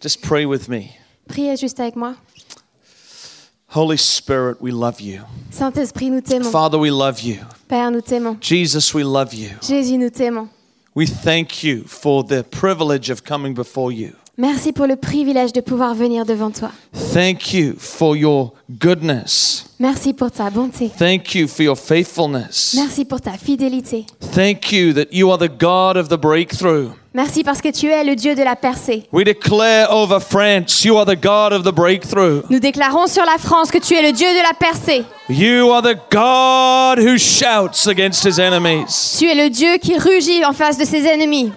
Just pray with me. Priez juste avec moi. Holy Spirit, we love you. Saint-Esprit, nous t'aimons. Father, we love you. Père, nous t'aimons. Jesus, we love you. Jésus, nous t'aimons. We thank you for the privilege of coming before you. Merci pour le privilège de pouvoir venir devant toi. Thank you for your goodness. Merci pour ta bonté. Thank you for your faithfulness. Merci pour ta fidélité. Thank you that you are the God of the breakthrough. Merci parce que tu es le Dieu de la percée. We declare over France, you are the God of the breakthrough. Nous déclarons sur la France que tu es le Dieu de la percée. You are the God who shouts against his enemies. Tu es le Dieu qui rugit en face de ses ennemis.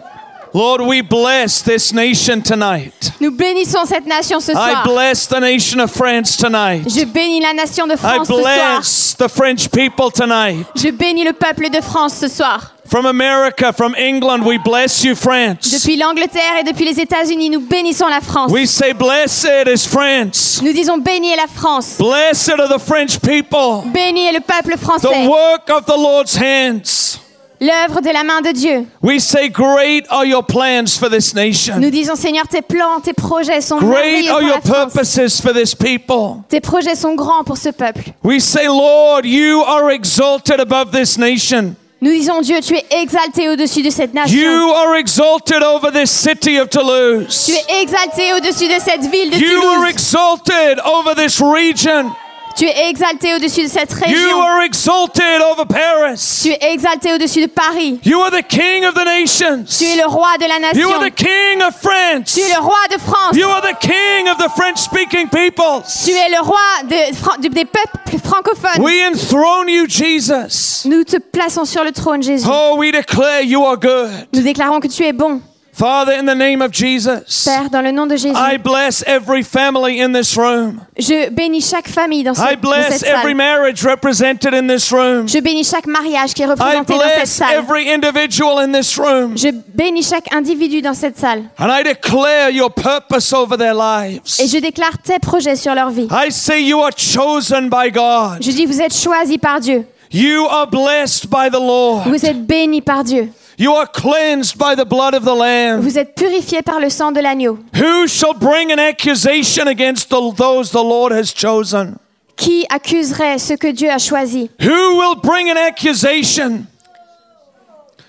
Lord, we bless this nation tonight. Nous bénissons cette nation ce I soir. bless the nation of France tonight. Je bénis la nation de I France ce soir. bless the French people tonight. Je bénis le peuple de France ce soir. From America, from England, we bless you, France. Depuis l'Angleterre et depuis les États-Unis, nous bénissons la France. We say, Blessed is France. Nous disons bénis la France. Blessed are the French people. Bénis le peuple français. The work of the Lord's hands. L'œuvre de la main de Dieu. We say, Great are your plans for this Nous nation. disons Seigneur, tes plans, tes projets sont Great merveilleux are pour your la France. purposes for this people. Tes projets sont grands pour ce peuple. We say, Lord, you are exalted above this nation. Nous disons Dieu, tu es exalté au-dessus de cette nation. You are exalted over this city of Toulouse. tu es exalté au-dessus de cette ville de You Toulouse. are exalted over this region. tu es exalté au-dessus de cette You région. are exalted over Paris. tu es exalté au-dessus de Paris. You are the king of the nations. Tu es le roi de la You nation. are the king of France. tu es le roi de France. You are the king of the French speaking peoples. tu es le roi de Fran- du- des peuples francophones. We enthrone you, Jesus. Nous te plaçons sur le trône, Jésus. Oh, we declare you are good. Nous déclarons que tu es bon. Father, in the name of Jesus, Père, dans le nom de Jésus, I bless every family in this room. je bénis chaque famille dans, ce- I dans cette bless every salle. marriage represented in this room. Je bénis chaque mariage qui est I représenté dans cette bless salle. every individual in this room. Je bénis chaque individu dans cette salle. And I declare your purpose over their Et lives. je déclare tes projets sur leur vie. I say you are chosen by God. Je dis, vous êtes choisis par Dieu. You are blessed by the Lord. Vous êtes bénis par Dieu. You are cleansed by the blood of the Lamb. Vous êtes purifiés par le sang de l'agneau. Who shall bring an accusation against the, those the Lord has chosen? Qui accuserait ce que Dieu a choisi Who will bring an accusation?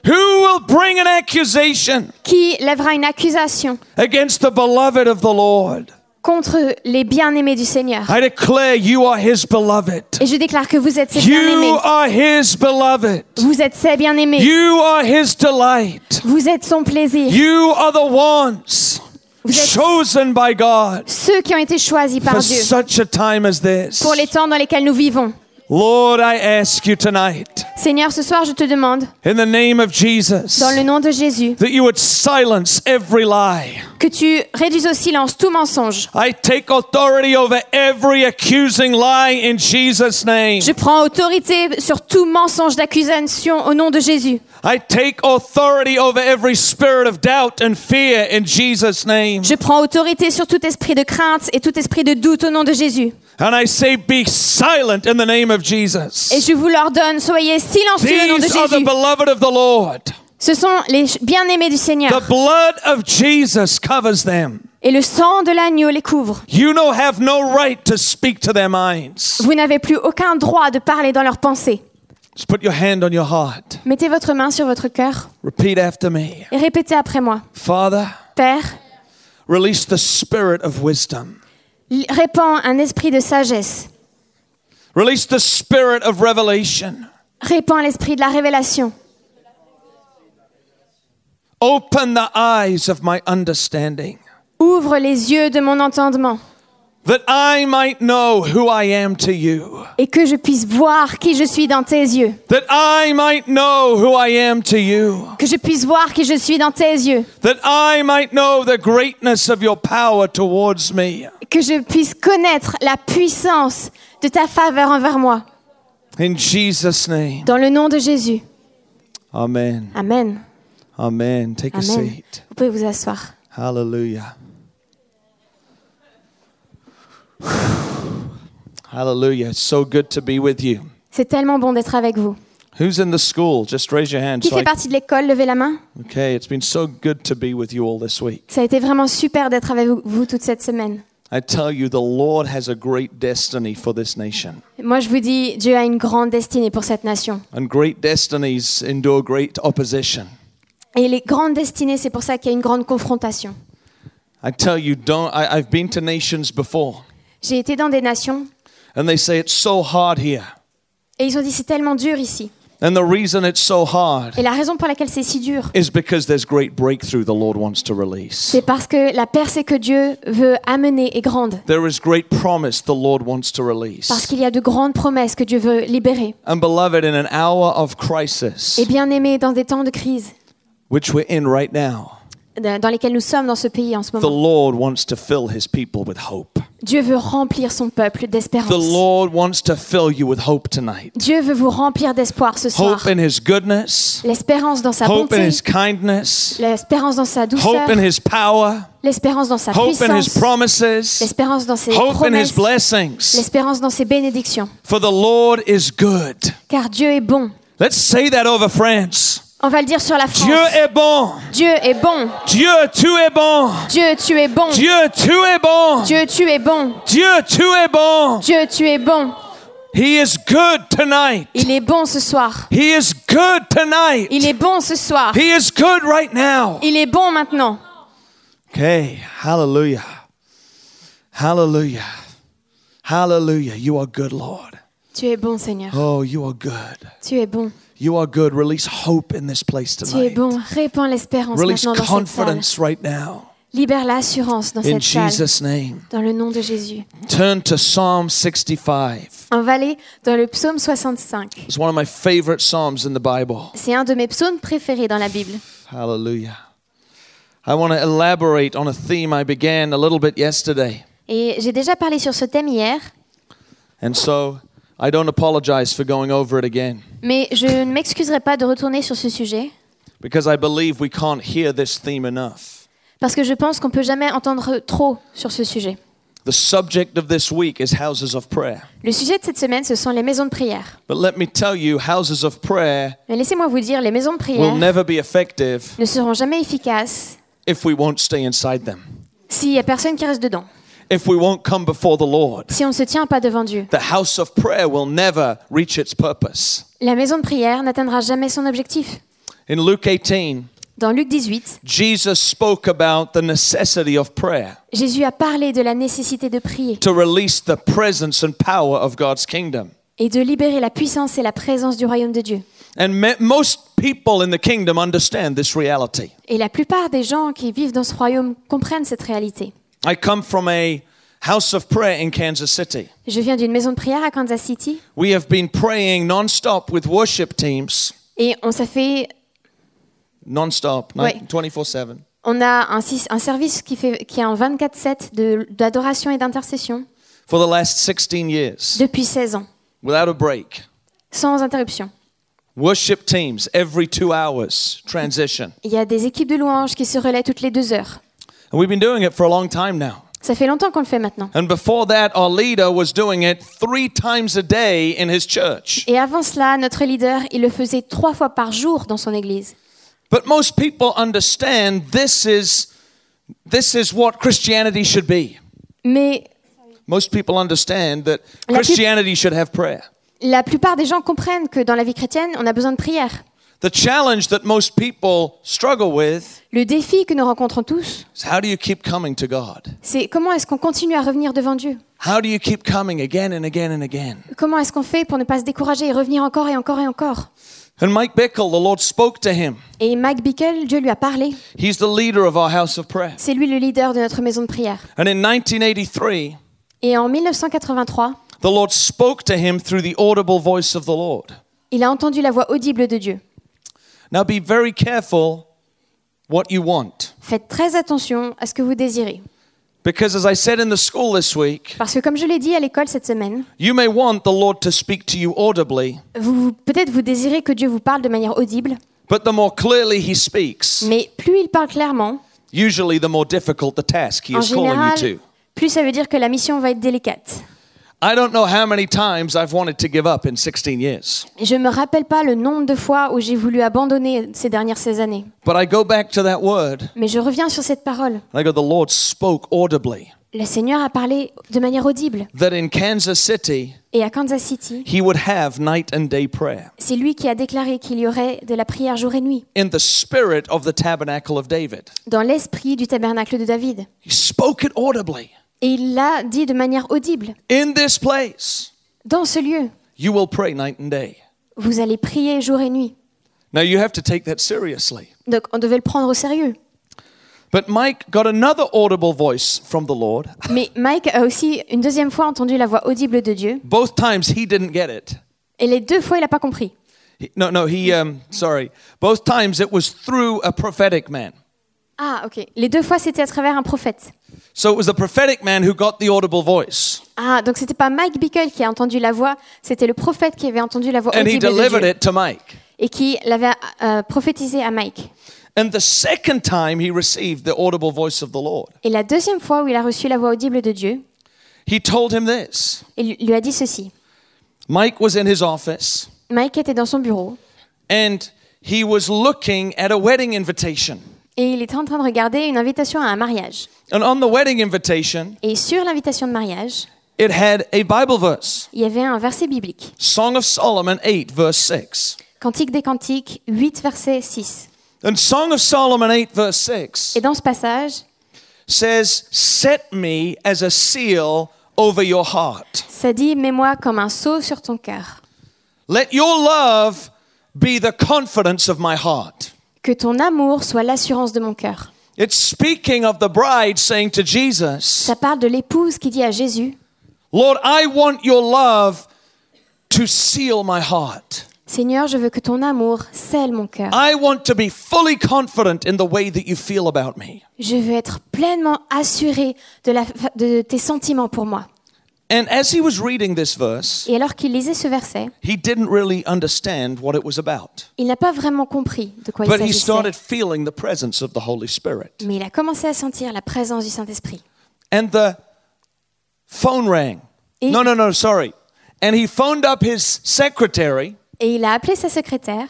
Who will bring an accusation Qui lèvera une accusation against the beloved of the Lord? contre les bien-aimés du Seigneur I declare you are his beloved. Et je déclare que vous êtes ses bien-aimés. You are his beloved. Vous êtes ses bien-aimés. You are his delight. Vous êtes son plaisir. You are the ones Vous êtes chosen by God ceux qui ont été choisis par for Dieu such a time as this. pour les temps dans lesquels nous vivons. Lord, I ask you tonight, Seigneur, ce soir, je te demande, in the name of Jesus, dans le nom de Jésus, that you would silence every lie. que tu réduises au silence tout mensonge. I take authority over every accusing lie in Jesus' name. Je prends autorité sur tout mensonge d'accusation au nom de Jésus. I take authority over every spirit of doubt and fear in Jesus' name. Je prends autorité sur tout esprit de crainte et tout esprit de doute au nom de Jésus. And I say, be silent in the name of Jesus. Et je vous l'ordonne, soyez silencieux au nom de These are the Jésus. beloved of the Lord. Ce sont les bien-aimés du The Seigneur. blood of Jesus covers them. Et le sang de l'agneau les couvre. You no have no right to speak to their minds. Vous n'avez plus aucun droit de parler dans leurs pensées. Just put your hand on your heart. Mettez votre main sur votre cœur Repeat after me. et répétez après moi. Father, Père, release the spirit of wisdom. l- répands un esprit de sagesse. Release the spirit of revelation. Répands l'esprit de la révélation. Open the eyes of my understanding Ouvre les yeux de mon entendement that I might know who I am to you. et que je puisse voir qui je suis dans tes yeux. That I might know who I am to you. Que je puisse voir qui je suis dans tes yeux. That I might know the greatness of your power towards me. Que je puisse connaître la puissance de ta faveur envers moi. In Jesus' name. Dans le nom de Jésus. Amen. Amen. Amen. Take a Amen. seat. Vous pouvez vous asseoir. Hallelujah. Hallelujah. It's so good to be with you. C'est tellement bon d'être avec vous. Who's in the school? Just raise your hand. Qui so I- fait partie de l'école Levez la main. okay, it's been so good to be with you all this week. Ça a été vraiment super d'être avec vous- vous toute cette semaine. I tell you, the Lord has a great destiny for this nation. Moi, je vous dis, Dieu a une grande destinée pour cette nation. And great destinies endure great opposition. Et les grandes destinées, c'est pour ça qu'il y a une grande confrontation. I tell you, don't. I, I've been to nations before, J'ai été dans des nations and they say it's so hard here. et ils ont dit c'est tellement dur ici. And the reason it's so hard Et la raison pour laquelle c'est si dur, is because there's great breakthrough the Lord wants to release. c'est parce que la percée que Dieu veut amener est grande. There is great promise the Lord wants to Parce release. qu'il y a de grandes promesses que Dieu veut libérer. And beloved, in an hour of crisis, Et Eh bien aimé, dans des temps de crise which we're in right now, dans lesquels nous sommes dans ce pays en ce the moment, Lord wants to fill his people with hope. Dieu veut remplir son peuple The d'espérance. Lord wants to fill you with hope tonight. Dieu veut vous remplir d'espoir ce soir. Hope in his goodness, L'espérance dans sa hope in bonté, his kindness, l'espérance dans sa douceur, hope in his power, l'espérance dans sa hope in his puissance, promises, l'espérance dans ses hope in his promesses, blessings. l'espérance dans ses bénédictions. For the Lord is good. Car Dieu est bon. Let's say that over France. On va le dire sur la France. Dieu est bon. Dieu est bon. Dieu, tu es bon. Dieu, tu es bon. Dieu, tu es bon. Dieu, tu es bon. Dieu, tu es bon. Dieu, tu es bon. He is good tonight. Il est bon ce soir. He is good tonight. Il est bon ce soir. He is good right now. Il est bon maintenant. Okay, hallelujah. Hallelujah. Hallelujah. You are good, Lord. Tu es bon, Seigneur. Oh, you are good. Tu es bon. You are good. Release hope in this place Tu es tonight. bon. Répands l'espérance Release maintenant dans cette salle. confidence right now. Libère l'assurance dans In cette salle. Jesus' name. Dans le nom de Jésus. Turn to Psalm 65. En vallée, dans le psaume 65. It's one of my favorite Psalms in the Bible. C'est un de mes psaumes préférés dans la Bible. Hallelujah. I want to elaborate on a theme I began a little bit yesterday. Et j'ai déjà parlé sur ce thème hier, And so I don't apologize for going over it again mais je ne m'excuserai pas de retourner sur ce sujet. because I believe we can't hear this theme enough. Parce que je pense qu'on peut jamais entendre trop sur ce sujet. The subject of this week is houses of prayer. Le sujet de cette semaine, ce sont les maisons de prière. But let me tell you, houses of prayer Mais laissez-moi vous dire, les maisons de prière will never be effective ne seront jamais efficaces if we won't stay inside them, s'il n'y a personne qui reste dedans, if we won't come before the Lord. si on ne se tient pas devant Dieu. The house of prayer will never reach its purpose. La maison de prière n'atteindra jamais son objectif. In Luke 18, Dans Luc 18, Jesus spoke about the necessity of prayer Jésus a parlé de la nécessité de prier to release the presence and power of God's kingdom. et de libérer la puissance et la présence du royaume de Dieu. And me- most people in the kingdom understand this reality. Et la plupart des gens qui vivent dans ce royaume comprennent cette réalité. I come from a house of prayer in Kansas City. Je viens d'une maison de prière à Kansas City We have been praying nonstop with worship teams, et on s'est fait nonstop, Wait. 24 7. On a un, sys- un service qui, fait, qui est en 24-7 de- d'adoration et d'intercession For the last 16 years, depuis 16 ans, without a break. sans interruption. Worship teams every two hours, transition. Il y a des équipes de louanges qui se relaient toutes les deux heures. And we've been doing it for a long time now. Ça fait longtemps qu'on le fait maintenant. And before that, our leader was doing it three times a day in his church. Et avant cela, notre leader, il le faisait trois fois par jour dans son église. But most people understand this is, this is what Christianity should be. Mais Most people understand that La peop- Christianity should have prayer. la plupart des gens comprennent que dans la vie chrétienne, on a besoin de prière. The challenge that most people struggle with Le défi que nous rencontrons tous, is how do you keep coming to God? c'est comment est-ce qu'on continue à revenir devant Dieu How do you keep coming again and again and again? Comment est-ce qu'on fait pour ne pas se décourager et revenir encore et encore et encore And Mike Bickle, the Lord spoke to him. Et Mike Bickle, Dieu lui a parlé. He's the leader of our house of prayer. C'est lui le leader de notre maison de prière. And in 1983, Et en 1983, the Lord spoke to him through the audible voice of the Lord. il a entendu la voix audible de Dieu. Now be very careful what you want. Faites très attention à ce que vous désirez. Because as I said in the school this week, Parce que comme je l'ai dit à l'école cette semaine, you may want the Lord to speak to you audibly, vous, vous- peut-être vous désirez que Dieu vous parle de manière audible, but the more clearly he speaks, mais plus il parle clairement, usually the more difficult the task he en is calling you général, to. plus ça veut dire que la mission va être délicate. I don't know how many times I've wanted to give up in 16 years, Et Je ne me rappelle pas le nombre de fois où j'ai voulu abandonner ces dernières ces années. but I go back to that word and Mais je reviens sur cette parole. I go, the Lord spoke audibly Le Seigneur a parlé de manière audible. that in Kansas City, Et à Kansas City, he would have night and day prayer c'est lui qui a déclaré qu'il y aurait de la prière jour et nuit, in the spirit of the tabernacle of David. dans l'esprit du tabernacle de David. He spoke it audibly. Et il l'a dit de manière audible. In this place, Dans ce lieu, you will pray night and day. vous allez prier jour et nuit. Now, you have to take that seriously. Donc on devait le prendre au sérieux. But Mike got another audible voice from the Lord. Mais Mike a aussi une deuxième fois entendu la voix audible de Dieu. Both times he didn't get it. Et les deux fois, il n'a pas compris. He- no, no, he, um, sorry. Both times it was through a prophetic man. Ah, ok. Les deux fois, c'était à travers un prophète. So it was the prophetic man who got the audible voice. Ah, donc c'était pas Mike Bickle qui a entendu la voix, c'était le prophète qui avait entendu la voix And he audible de delivered Dieu it to Mike. et qui l'avait euh, prophétisé à Mike. And the second time he received the audible voice of the Lord, Et la deuxième fois où il a reçu la voix audible de Dieu, he told him this il lui- lui a dit ceci. Mike was in his office Mike était dans son bureau and he was looking at a wedding invitation. et il était en train de regarder une invitation à un mariage. And on the wedding invitation, Et sur l'invitation de mariage, it had a Bible verse il y avait un verset biblique. Song of Solomon 8, verse 6. Cantique des Cantiques, 8 verset 6. And Song of Solomon 8, verse 6 Et dans ce passage, says, Set me as a seal over your heart. ça dit Mets-moi comme un sceau sur ton cœur. Let your love be the confidence of my heart. Que ton amour soit l'assurance de mon cœur. It's speaking of the bride saying to Jesus, Ça parle de l'épouse qui dit à Jésus Lord, I want your love to seal my heart. Seigneur, je veux que ton amour scelle mon cœur. I want to be fully confident in the way that you feel about me. Je veux être pleinement assuré de, la- de tes sentiments pour moi. And as he was reading this verse, Et alors qu'il lisait ce verset, he didn't really understand what it was about. il n'a pas vraiment compris de quoi il But he s'agissait. started feeling the presence of the Holy Spirit. Mais il a commencé à sentir la présence du Saint-Esprit. And the phone rang. Et- No, no, no, sorry. And he phoned up his secretary Et il a appelé sa secrétaire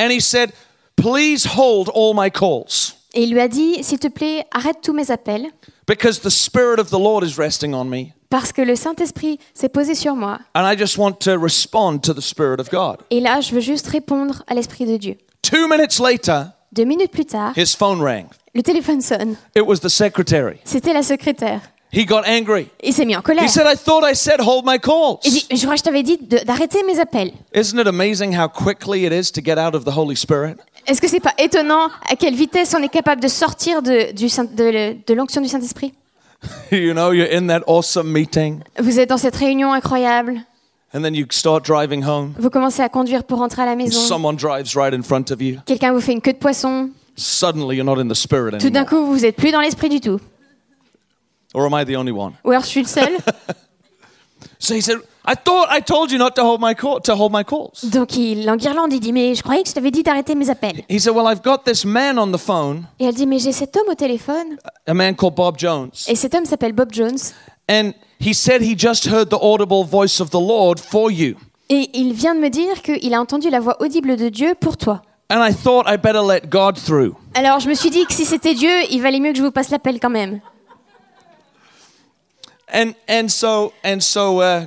and he said, Please hold all my calls et il lui a dit, s'il te plaît, arrête tous mes appels because the Spirit of the Lord is resting on me parce que le Saint-Esprit s'est posé sur moi. and I just want to respond to the Spirit of God. Et là, je veux juste répondre à l'Esprit de Dieu. Two minutes later, Deux minutes plus tard, his phone rang. le téléphone sonne. It was the secretary. C'était la secrétaire. He got angry. Il s'est mis en colère. He said, I thought I said hold my Il dit, calls. je crois que je t'avais dit de- d'arrêter mes appels. Isn't it amazing how quickly it is to get out of the Holy Spirit? Est-ce que c'est pas étonnant à quelle vitesse on est capable de sortir de, du Saint- de, le- de l'onction du Saint-Esprit you know, you're in that awesome meeting, Vous êtes dans cette réunion incroyable, and then you start driving home. vous commencez à conduire pour rentrer à la maison, Someone drives right in front of you. quelqu'un vous fait une queue de poisson, Suddenly, you're not in the spirit tout d'un anymore. coup vous n'êtes plus dans l'esprit du tout. Or am I the only one? Ou alors je suis le seul. So he said, "I thought I told you not to hold my call, to hold my calls." Donc il l'enguirlande, il dit Mais je croyais que je t'avais dit d'arrêter mes appels. He said, "Well, I've got this man on the phone, Et elle dit Mais j'ai cet homme au téléphone. a man called Bob Jones, Et cet homme s'appelle Bob Jones. and he said he just heard the audible voice of the Lord for you." Et il vient de me dire qu'il a entendu la voix audible de Dieu pour toi. And I thought I better let God through. Alors je me suis dit que si c'était Dieu, il valait mieux que je vous passe l'appel quand même. And and so and so uh,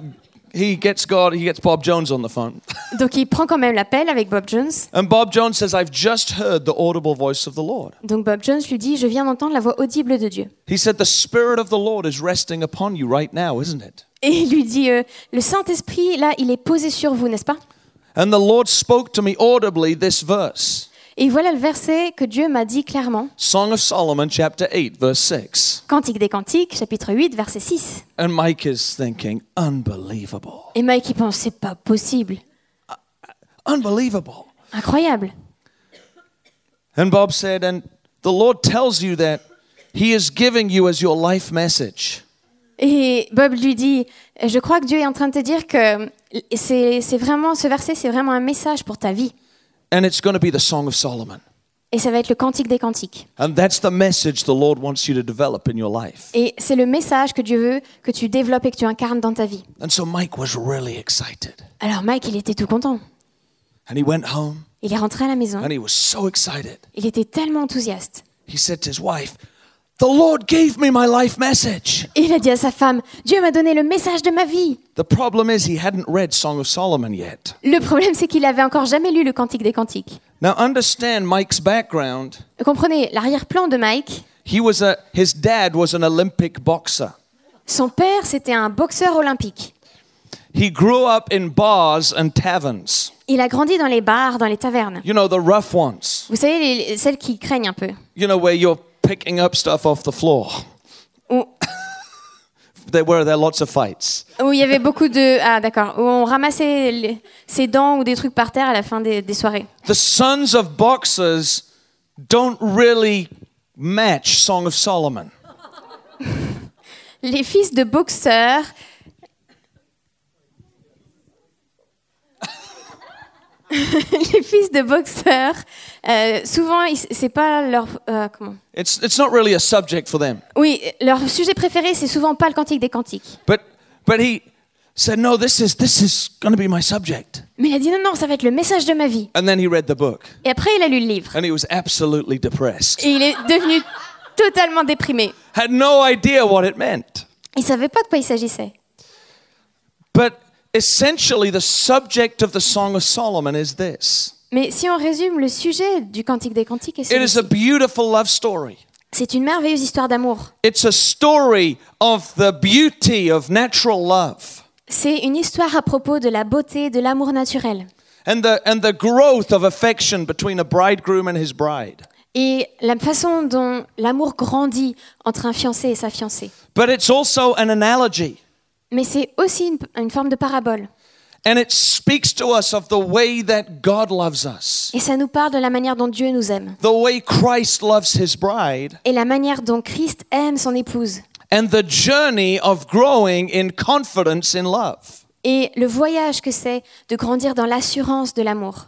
he gets God, he gets Bob Jones on the phone. Donc il prend quand même l'appel avec Bob Jones. And Bob Jones says, I've just heard the audible voice of the Lord. Donc Bob Jones lui dit, je viens d'entendre la voix audible de Dieu. He said, The Spirit of the Lord is resting upon you right now, isn't it? Et il lui dit, euh, le Saint-Esprit, là, il est posé sur vous, n'est-ce pas And the Lord spoke to me audibly this verse Et voilà le verset que Dieu m'a dit clairement. Song of Solomon, chapter 8, verse 6. Cantique des Cantiques, chapitre 8, verset 6. And Mike is thinking, Unbelievable. Et Mike, il pense, c'est pas possible. Unbelievable. Incroyable. And Bob said, And the Lord tells you that He is giving you as your life message. Et Bob lui dit, je crois que Dieu est en train de te dire que c'est c'est vraiment, ce verset, c'est vraiment un message pour ta vie. And it's going to be the Song of Solomon. Et ça va être le cantique des cantiques. And that's the message the Lord wants you to develop in your life. Et c'est le message que Dieu veut que tu développes et que tu incarnes dans ta vie. And so Mike was really excited. Alors Mike, il était tout content. And he went home Il est rentré à la maison. and he was so excited. Il était tellement enthousiaste. He said to his wife, The Lord gave me my life message. Et il a dit à sa femme, Dieu m'a donné le message de ma vie. The problem is he hadn't read Song of Solomon yet. Le problème, c'est qu'il avait encore jamais lu le cantique des cantiques. Now understand Mike's background. Comprenez, l'arrière-plan de Mike, He was a his dad was an Olympic boxer. son père, c'était un boxeur olympique. He grew up in bars and taverns. Il a grandi dans les bars, dans les tavernes. You know, the rough ones. Vous savez, les- les- celles qui craignent un peu. You know, where you're picking up stuff off the floor. Où, There were there are lots of fights. où il y avait beaucoup de... Ah d'accord, où on ramassait les- ses dents ou des trucs par terre à la fin des, des soirées. The sons of boxers don't really match Song of Solomon. Les fils de boxeurs... les fils de boxeurs, euh, souvent, ils- c'est pas leur... euh, comment It's it's not really a subject for them. Oui, leur sujet préféré, c'est souvent pas le cantique des cantiques. But but he said, No, this is this is gonna be my subject. Mais il a dit non, non, ça va être le message de ma vie. And then he read the book Et après, il a lu le livre. and he was absolutely depressed. Et il est devenu totalement déprimé. Had no idea what it meant. Il savait pas de quoi il s'agissait. But essentially the subject of the Song of Solomon is this. Mais si on résume le sujet du cantique des cantiques, et It is a beautiful love story. c'est une merveilleuse histoire d'amour. It's a story of the beauty of natural love C'est une histoire à propos de la beauté, de l'amour naturel and the, and the growth of affection between a bridegroom and his bride. et la façon dont l'amour grandit entre un fiancé et sa fiancée. But it's also an analogy, Mais c'est aussi une, une forme de parabole. and it speaks to us of the way that God loves us, Et ça nous parle de la manière dont Dieu nous aime the way Christ loves his bride, et la manière dont Christ aime son épouse. and the journey of growing in confidence in love. et le voyage que c'est de grandir dans l'assurance de l'amour.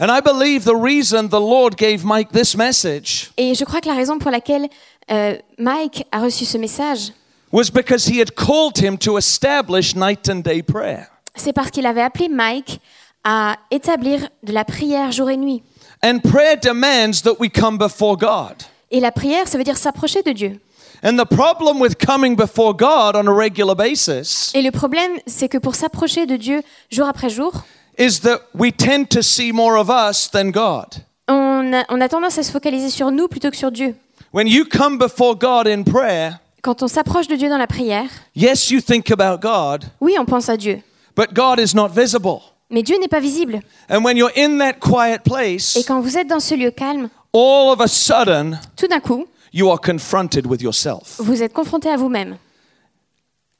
And I believe the reason the Lord gave Mike this message Et je crois que la raison pour laquelle euh, Mike a reçu ce message, was because he had called him to establish night and day prayer. c'est parce qu'il avait appelé Mike à établir de la prière jour et nuit. And prayer demands that we come before God. Et la prière, ça veut dire s'approcher de Dieu. And the problem with coming before God on a regular basis Et le problème, c'est que pour s'approcher de Dieu jour après jour, is that we tend to see more of us than God. on a, on a tendance à se focaliser sur nous plutôt que sur Dieu. When you come before God in prayer, Quand on s'approche de Dieu dans la prière, yes, you think about God, oui, on pense à Dieu, but God is not visible. mais Dieu n'est pas visible. And when you're in that quiet Et place, quand vous êtes dans ce lieu calme, all of a sudden, tout d'un coup, you are confronted with yourself. vous êtes confronté à vous-même.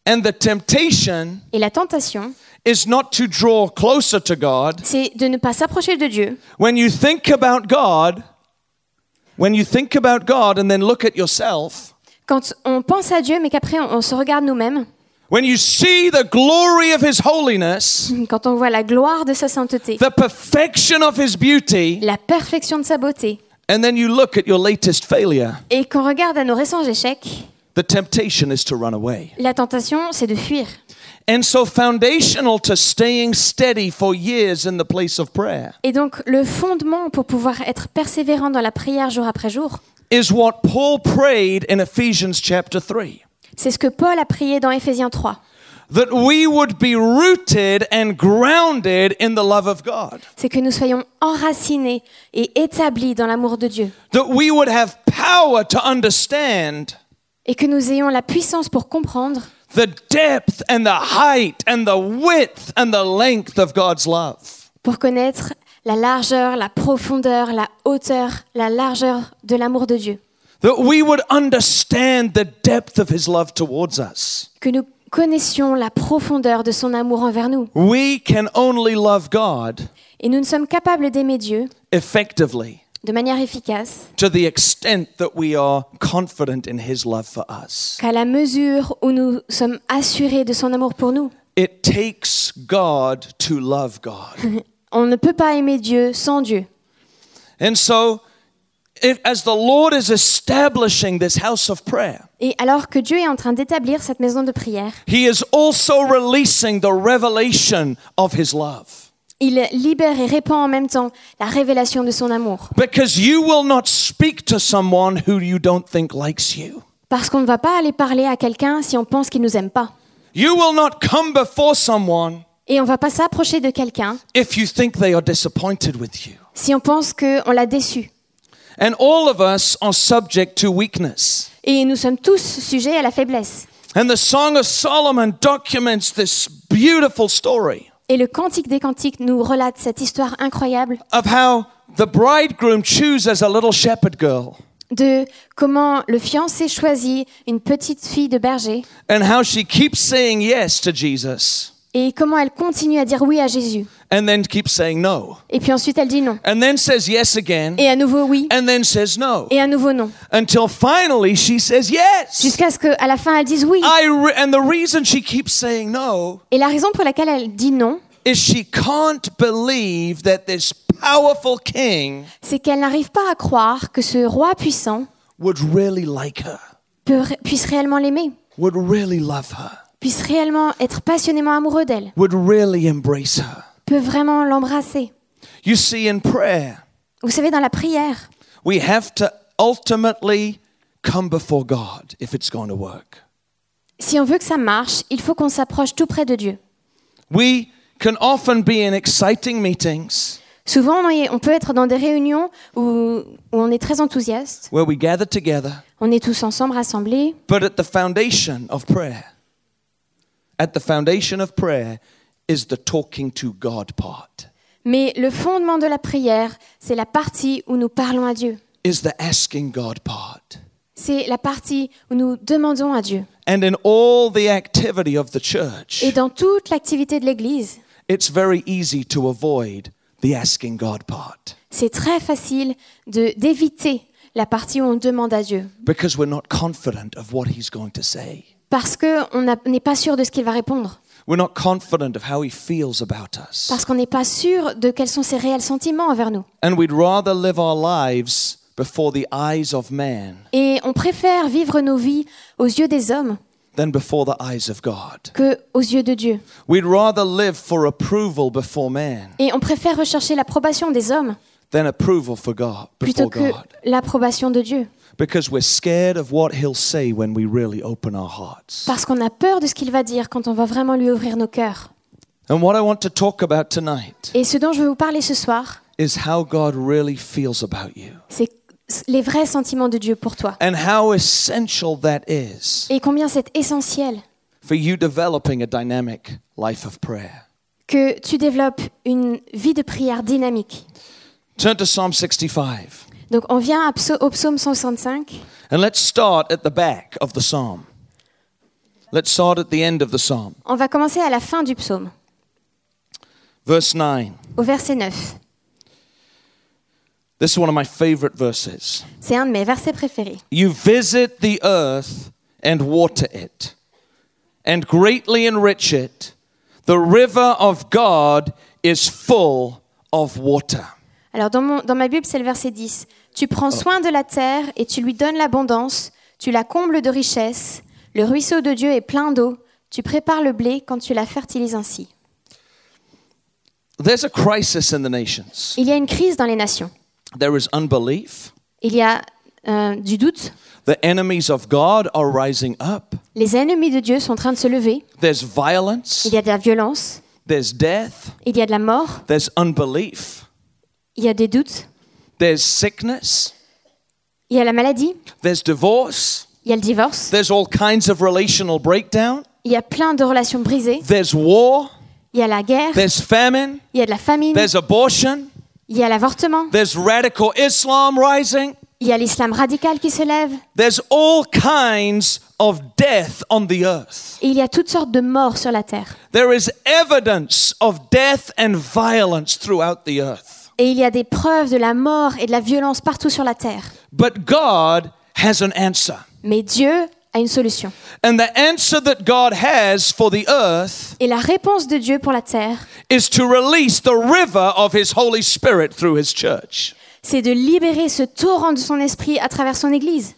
And the temptation Et la tentation, is not to draw closer to God. c'est de ne pas s'approcher de Dieu. When you think about God, when you think about God and then look at yourself, Quand on pense à Dieu, mais qu'après on, on se regarde nous-mêmes, when you see the glory of His holiness, quand on voit la gloire de sa sainteté, the perfection of His beauty, la perfection de sa beauté, and then you look at your latest failure, et qu'on regarde à nos récents échecs, the temptation is to run away. la tentation, c'est de fuir. And so, foundational to staying steady for years in the place of prayer Et donc, le fondement pour pouvoir être persévérant dans la prière jour après jour, is what Paul prayed in Ephesians chapter 3 c'est ce que Paul a prié dans Éphésiens 3. that we would be rooted and grounded in the love of God. C'est que nous soyons enracinés et établis dans l'amour de Dieu. that we would have power to understand Et que nous ayons la puissance pour comprendre the depth and the height and the width and the length of God's love. pour connaître la largeur, la profondeur, la hauteur, la largeur de l'amour de Dieu. That we would understand the depth of his love towards us. Que nous connaissions la profondeur de son amour envers nous. We can only love God Et nous ne sommes capables d'aimer Dieu effectively de manière efficace to the extent that we are confident in his love for us. qu'à la mesure où nous sommes assurés de son amour pour nous. It takes God to love God. On ne peut pas aimer Dieu sans Dieu. And so, if, as the Lord is establishing this house of prayer, Et alors que Dieu est en train d'établir cette maison de prière, He is also releasing the revelation of His love. il libère et répand en même temps la révélation de son amour. Because you will not speak to someone who you don't think likes you. Parce qu'on ne va pas aller parler à quelqu'un si on pense qu'il nous aime pas. You will not come before someone Et on va pas s'approcher de quelqu'un if you think they are disappointed with you. si on pense qu'on l'a déçu. And all of us are subject to weakness. Et nous sommes tous sujets à la faiblesse. And the Song of Solomon documents this beautiful story Et le Cantique des Cantiques nous relate cette histoire incroyable of how the bridegroom chooses a little shepherd girl de comment le fiancé choisit une petite fille de berger and how she keeps saying yes to Jesus et comment elle continue à dire oui à Jésus. and then keeps saying no Et puis ensuite elle dit non. and then says yes again Et à nouveau oui. and then says no Et à nouveau non. until finally she says yes. Jusqu'à ce qu'à la fin elle dise oui. I re- and the reason she keeps saying no Et la raison pour laquelle elle dit non, is she can't believe that this powerful king c'est qu'elle n'arrive pas à croire que ce roi puissant would really like her, peut- puisse réellement l'aimer, would really love her, puisse réellement être passionnément amoureux d'elle, would really embrace her. peut vraiment l'embrasser. You see, in prayer, Vous savez, dans la prière, we have to ultimately come before God if it's going to work. si on veut que ça marche, il faut qu'on s'approche tout près de Dieu. We can often be in exciting meetings Souvent, on est- on peut être dans des réunions où, où on est très enthousiaste, where we gather together, on est tous ensemble rassemblés, but at the foundation of prayer, at the foundation of prayer is the talking to God part, mais le fondement de la prière, c'est la partie où nous parlons à Dieu. is the asking God part. C'est la partie où nous demandons à Dieu. And in all the activity of the church, Et dans toute l'activité de l'Église, it's very easy to avoid the asking God part c'est très facile de d'éviter la partie où on demande à Dieu, because we're not confident of what He's going to say. parce qu'on n'a- n'est pas sûr de ce qu'il va répondre, We're not confident of how He feels about us. parce qu'on n'est pas sûr de quels sont ses réels sentiments envers nous. And we'd rather live our lives before the eyes of man Et on préfère vivre nos vies aux yeux des hommes than before the eyes of God. que aux yeux de Dieu. We'd rather live for approval before man Et on préfère rechercher l'approbation des hommes than approval for God plutôt before que God l'approbation de Dieu, because we're scared of what he'll say when we really open our hearts. parce qu'on a peur de ce qu'il va dire quand on va vraiment lui ouvrir nos cœurs. And what I want to talk about tonight Et ce dont je veux vous parler ce soir, is how God really feels about you c'est les vrais sentiments de Dieu pour toi. and how essential that is Et combien c'est essentiel for you developing a dynamic life of prayer. que tu développes une vie de prière dynamique. Turn to Psalm 65 Donc on vient à psa- au psaume 165 and let's start at the back of the psalm. Let's start at the end of the psalm. on va commencer à la fin du psaume, Verse 9. au verset 9. This is one of my favorite verses. C'est un de mes versets préférés. You visit the earth and water it, and greatly enrich it. The river of God is full of water. Alors dans, mon- dans ma Bible, c'est le verset 10. Tu prends soin de la terre et tu lui donnes l'abondance, tu la combles de richesses, le ruisseau de Dieu est plein d'eau, tu prépares le blé quand tu la fertilises ainsi. There's a crisis in the nations. Il y a une crise dans les nations. There is unbelief. Il y a euh, du doute. The enemies of God are rising up. Les ennemis de Dieu sont en train de se lever. There's Il violence. y a de la violence. There's death. Il y a de la mort. There's unbelief. Il y a des doutes. There's sickness. Il y a la maladie. There's divorce. Il y a le divorce. There's all kinds of relational breakdown. Il y a plein de relations brisées. There's war. Il y a la guerre. There's famine. Il y a de la famine. There's abortion. Il y a l'avortement. There's radical Islam rising. Il y a l'islam radical qui se lève. There's all kinds of death on the earth. Et il y a toutes sortes de morts sur la terre. There is evidence of death and violence throughout the earth. Et il y a des preuves de la mort et de la violence partout sur la terre. But God has an answer. Mais Dieu a une solution. And the answer that God has for the earth Et la réponse de Dieu pour la terre, is to release the river of His Holy Spirit through His church. c'est de libérer ce torrent de son esprit à travers son Église.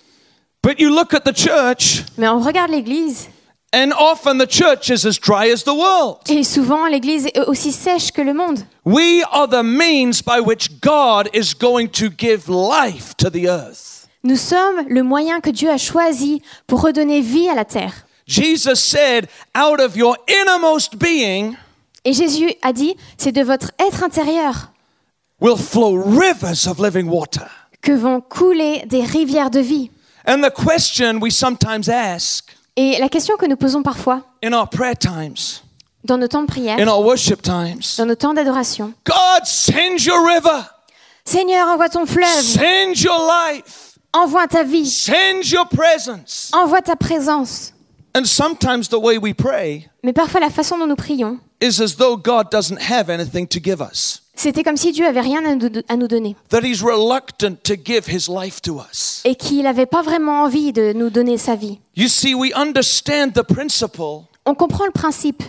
But you look at the church, Mais on regarde l'Église, and often the church is as dry as the world. et souvent l'Église est aussi sèche que le monde. We are the means by which God is going to give life to the earth. Nous sommes le moyen que Dieu a choisi pour redonner vie à la terre. Jesus said, Out of your innermost being Et Jésus a dit, c'est de votre être intérieur will flow rivers of living water. que vont couler des rivières de vie. And the question we sometimes ask Et la question que nous posons parfois in our prayer times, dans nos temps de prière, in our worship times dans nos temps d'adoration, God, send your river, Seigneur, envoie ton fleuve, send your life, envoie ta vie, send your presence. envoie ta présence. And sometimes the way we pray Mais parfois la façon dont nous prions, is as though God doesn't have anything to give us, c'était comme si Dieu avait rien à nous, à nous donner that He's reluctant to give His life to us. et qu'il n'avait pas vraiment envie de nous donner sa vie. You see, we understand the principle On comprend le principe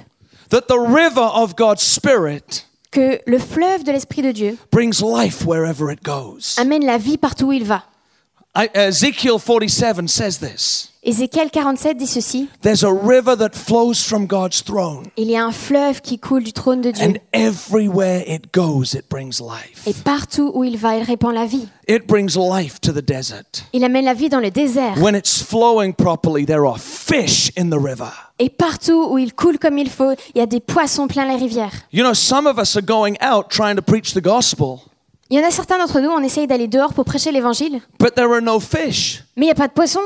that the river of God's Spirit que le fleuve de l'Esprit de Dieu brings life wherever it goes. amène la vie partout où il va. I, Ezekiel 47 says this Ézéchiel 47 dit ceci, There's a river that flows from God's throne, il y a un fleuve qui coule du trône de Dieu and everywhere it goes, it brings life. et partout où il va, il répand la vie. It brings life to the desert. Il amène la vie dans le désert When it's flowing properly, there are fish in the river. et partout où il coule comme il faut, il y a des poissons plein les rivières. You know, some of us are going out trying to preach the gospel, Il y en a certains d'entre nous, on essaye d'aller dehors pour prêcher l'évangile, but there are no fish. mais il n'y a pas de poissons.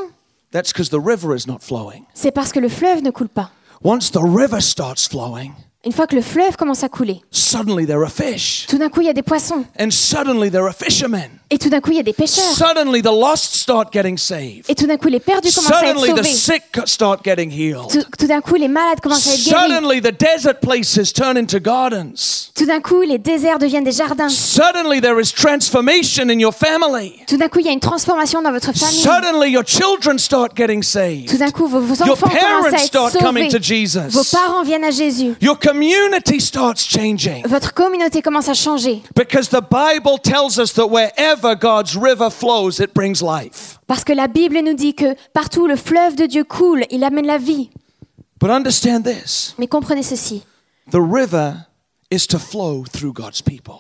That's because the river is not flowing. C'est parce que le fleuve ne coule pas. Once the river starts flowing, Une fois que le fleuve commence à couler, suddenly there are fish. tout d'un coup il y a des poissons And suddenly there are fishermen. et tout d'un coup il y a des pêcheurs Suddenly the lost start getting saved. et tout d'un coup les perdus commencent à être Suddenly the sauvés. sick start getting healed. Tout, tout d'un coup les malades commencent à être guéris. Suddenly the desert places turn into gardens. Tout d'un coup les déserts deviennent des jardins. Suddenly there is transformation in your family. Tout d'un coup il y a une transformation dans votre famille. Suddenly your children start getting Tout saved. d'un coup vos, vos Your enfants commencent à parents être start coming to sauvés. Vos Jesus. parents viennent à Jésus. Your community starts changing. Votre communauté commence à changer Because the Bible tells us that wherever God's river flows, it brings life. parce que la Bible nous dit que partout où le fleuve de Dieu coule, il amène la vie. But understand this Mais comprenez ceci. the river is to flow through God's people.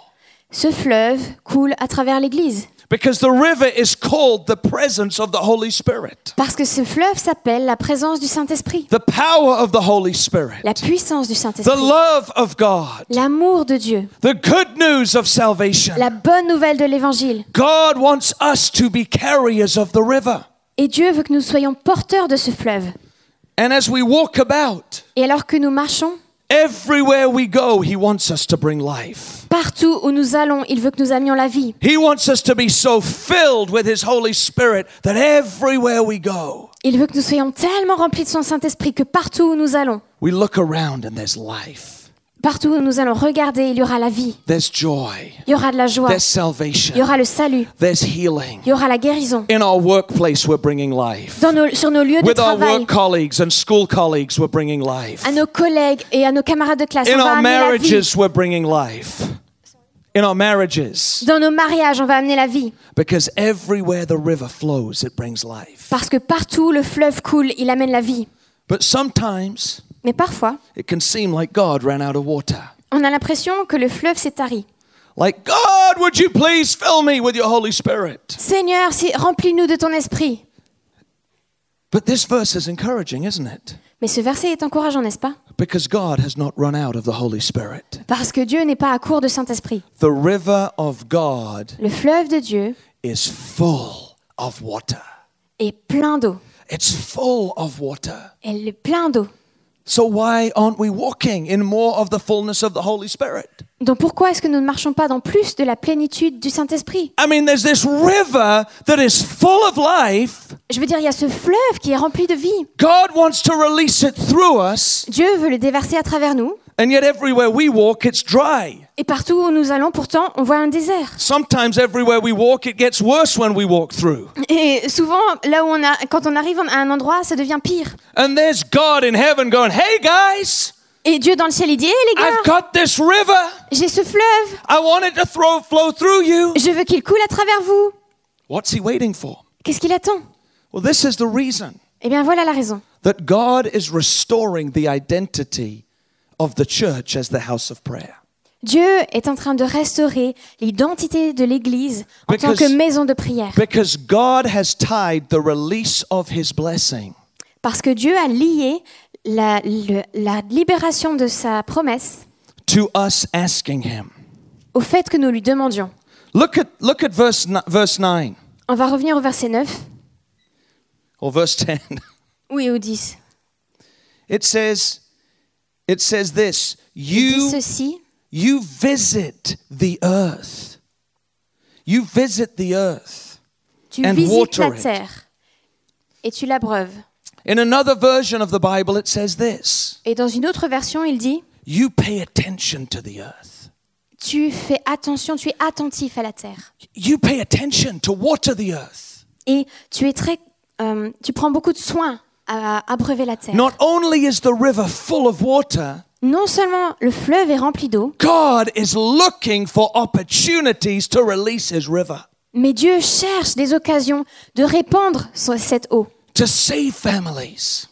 Ce fleuve coule à travers l'église Because the river is called the presence of the Holy Spirit, parce que ce fleuve s'appelle la présence du Saint-Esprit, the power of the Holy Spirit, la puissance du the Saint-Esprit, love of God, l'amour de Dieu, the good news of salvation. la bonne nouvelle de l'évangile. God wants us to be carriers of the river. Et Dieu veut que nous soyons porteurs de ce fleuve. And as we walk about, Et alors que nous marchons, everywhere we go, He wants us to bring life. partout où nous allons, il veut que nous amions la vie. He wants us to be so filled with His Holy Spirit that everywhere we go, Il veut que nous soyons tellement remplis de son Saint-Esprit que partout où nous allons, we look around and there's life, partout où nous allons regarder, il y aura la vie, there's joy, il y aura de la joie, there's il y salvation, aura le salut, there's healing. il y aura la guérison. In our workplace, we're bringing life. Dans nos- sur nos lieux de With our travail, work colleagues and school colleagues, we're bringing life. à nos collègues et à nos camarades de classe, In on va our amener la vie. marriages, we're bringing life. In our marriages, Dans nos mariages, on va amener la vie. because everywhere the river flows, it brings life. Parce que partout où le fleuve coule, il amène la vie. But sometimes Mais parfois, it can seem like God ran out of water. on a l'impression que le fleuve s'est tari. Like, God, would you please fill me with your Holy Spirit? Seigneur, si- remplis-nous de ton esprit. But this verse is encouraging, isn't it? Mais ce verset est encourageant, n'est-ce pas Because God has not run out of the Holy Spirit. Parce que Dieu n'est pas à court de Saint-Esprit. The river of God Le fleuve de Dieu is full of water. est plein d'eau. It's full of water. Elle est plein d'eau. So why aren't we walking in more of the fullness of the Holy Spirit? Donc pourquoi est-ce que nous ne marchons pas dans plus de la plénitude du Saint-Esprit I mean, there's this river that is full of life. Je veux dire, il y a ce fleuve qui est rempli de vie. God wants to release it through us, Dieu veut le déverser à travers nous. and yet everywhere we walk, it's dry. Et partout où nous allons, pourtant, on voit un désert. Sometimes everywhere we walk, it gets worse when we walk through. Et souvent, là où on a, quand on arrive à un endroit, ça devient pire. And there's God in heaven going, Hey guys, Et Dieu dans le ciel, il dit, hé les gars, I've got this river. j'ai ce fleuve, I want it to throw, flow through you. je veux qu'il coule à travers vous. What's he waiting for? Qu'est-ce qu'il attend Well, this is the reason Eh bien voilà la raison. that God is restoring the identity of the church as the house of prayer. Dieu est en train de restaurer l'identité de l'Église en tant Because- que maison de prière. Because God has tied the release of his blessing Parce que Dieu a lié la, le- la libération de sa promesse to us asking him. au fait que nous lui demandions. Look at, look at verse, ni- verse 9 On va revenir au verset 9. or verse 10. Oui, au 10. It says, it says this, Dis you ceci, You visit the earth. You visit the earth. tu And visites water la it. terre et tu l'abreuves. In another version of the Bible, it says this Et dans une autre version, il dit, You pay attention to the earth. tu fais attention, tu es attentif à la terre. You pay attention to water the earth. Et tu es très, euh, tu prends beaucoup de soin à abreuver la terre. Not only is the river full of water, Non seulement le fleuve est rempli d'eau, God is looking for opportunities to release his river, mais Dieu cherche des occasions de répandre so- cette eau, to save families,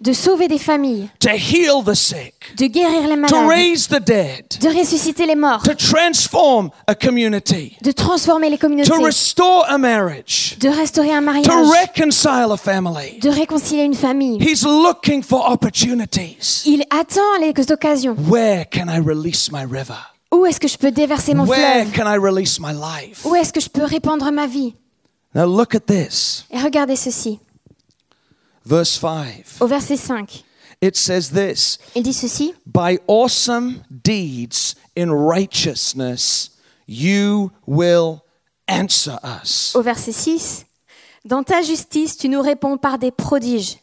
de sauver des familles, to heal the sick, de guérir les to malades, raise the dead, de ressusciter les morts, to transform a community, de transformer les communautés, to restore a marriage. de restaurer un to mariage, reconcile a family. de réconcilier une famille. He's looking for opportunities. Il attend les occasions. Where can I release my river? Où est-ce que je peux déverser mon Where fleuve can I release my life? Où est-ce que je peux répandre ma vie Now look at this, Et regardez ceci, verse 5. au verset 5. It says this Il dit ceci, By awesome deeds in righteousness, you will answer us. au verset 6. Dans ta justice, tu nous réponds par des prodiges.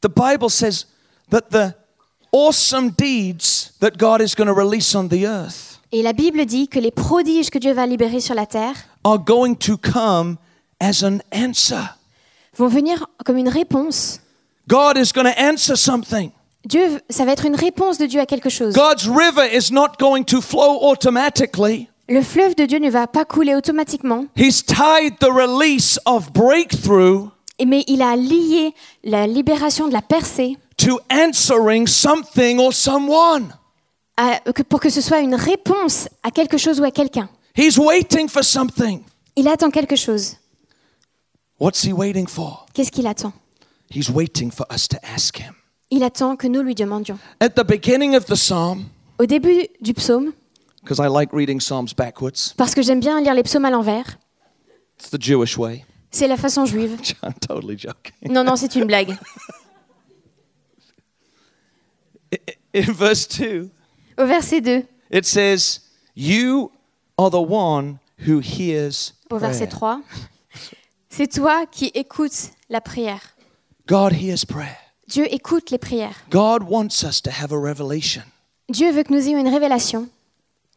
The Bible says that the awesome deeds that God is going to release on the earth Et la Bible dit que les prodiges que Dieu va libérer sur la terre are going to come as an answer. vont venir comme une réponse. God is going to answer something. Dieu, ça va être une réponse de Dieu à quelque chose. God's river is not going to flow automatically. Le fleuve de Dieu ne va pas couler automatiquement, He's tied the release of breakthrough et- mais il a lié la libération de la percée to answering something or someone. à- que- pour que ce soit une réponse à quelque chose ou à quelqu'un. He's waiting for something. Il attend quelque chose. What's he waiting for? Qu'est-ce qu'il attend He's waiting for us to ask him. Il attend que nous lui demandions. At the beginning of the psalm, Au début du psaume, because I like reading psalms backwards, parce que j'aime bien lire les psaumes à l'envers, it's the Jewish way. c'est la façon juive. I'm totally joking. Non, non, c'est une blague. In verse 2, Au verset 2, it says, You are the one who hears. au verset prayer." 3, c'est toi qui écoutes la prière. God hears prayer. Dieu écoute les prières. God wants us to have a revelation Dieu veut que nous ayons une révélation.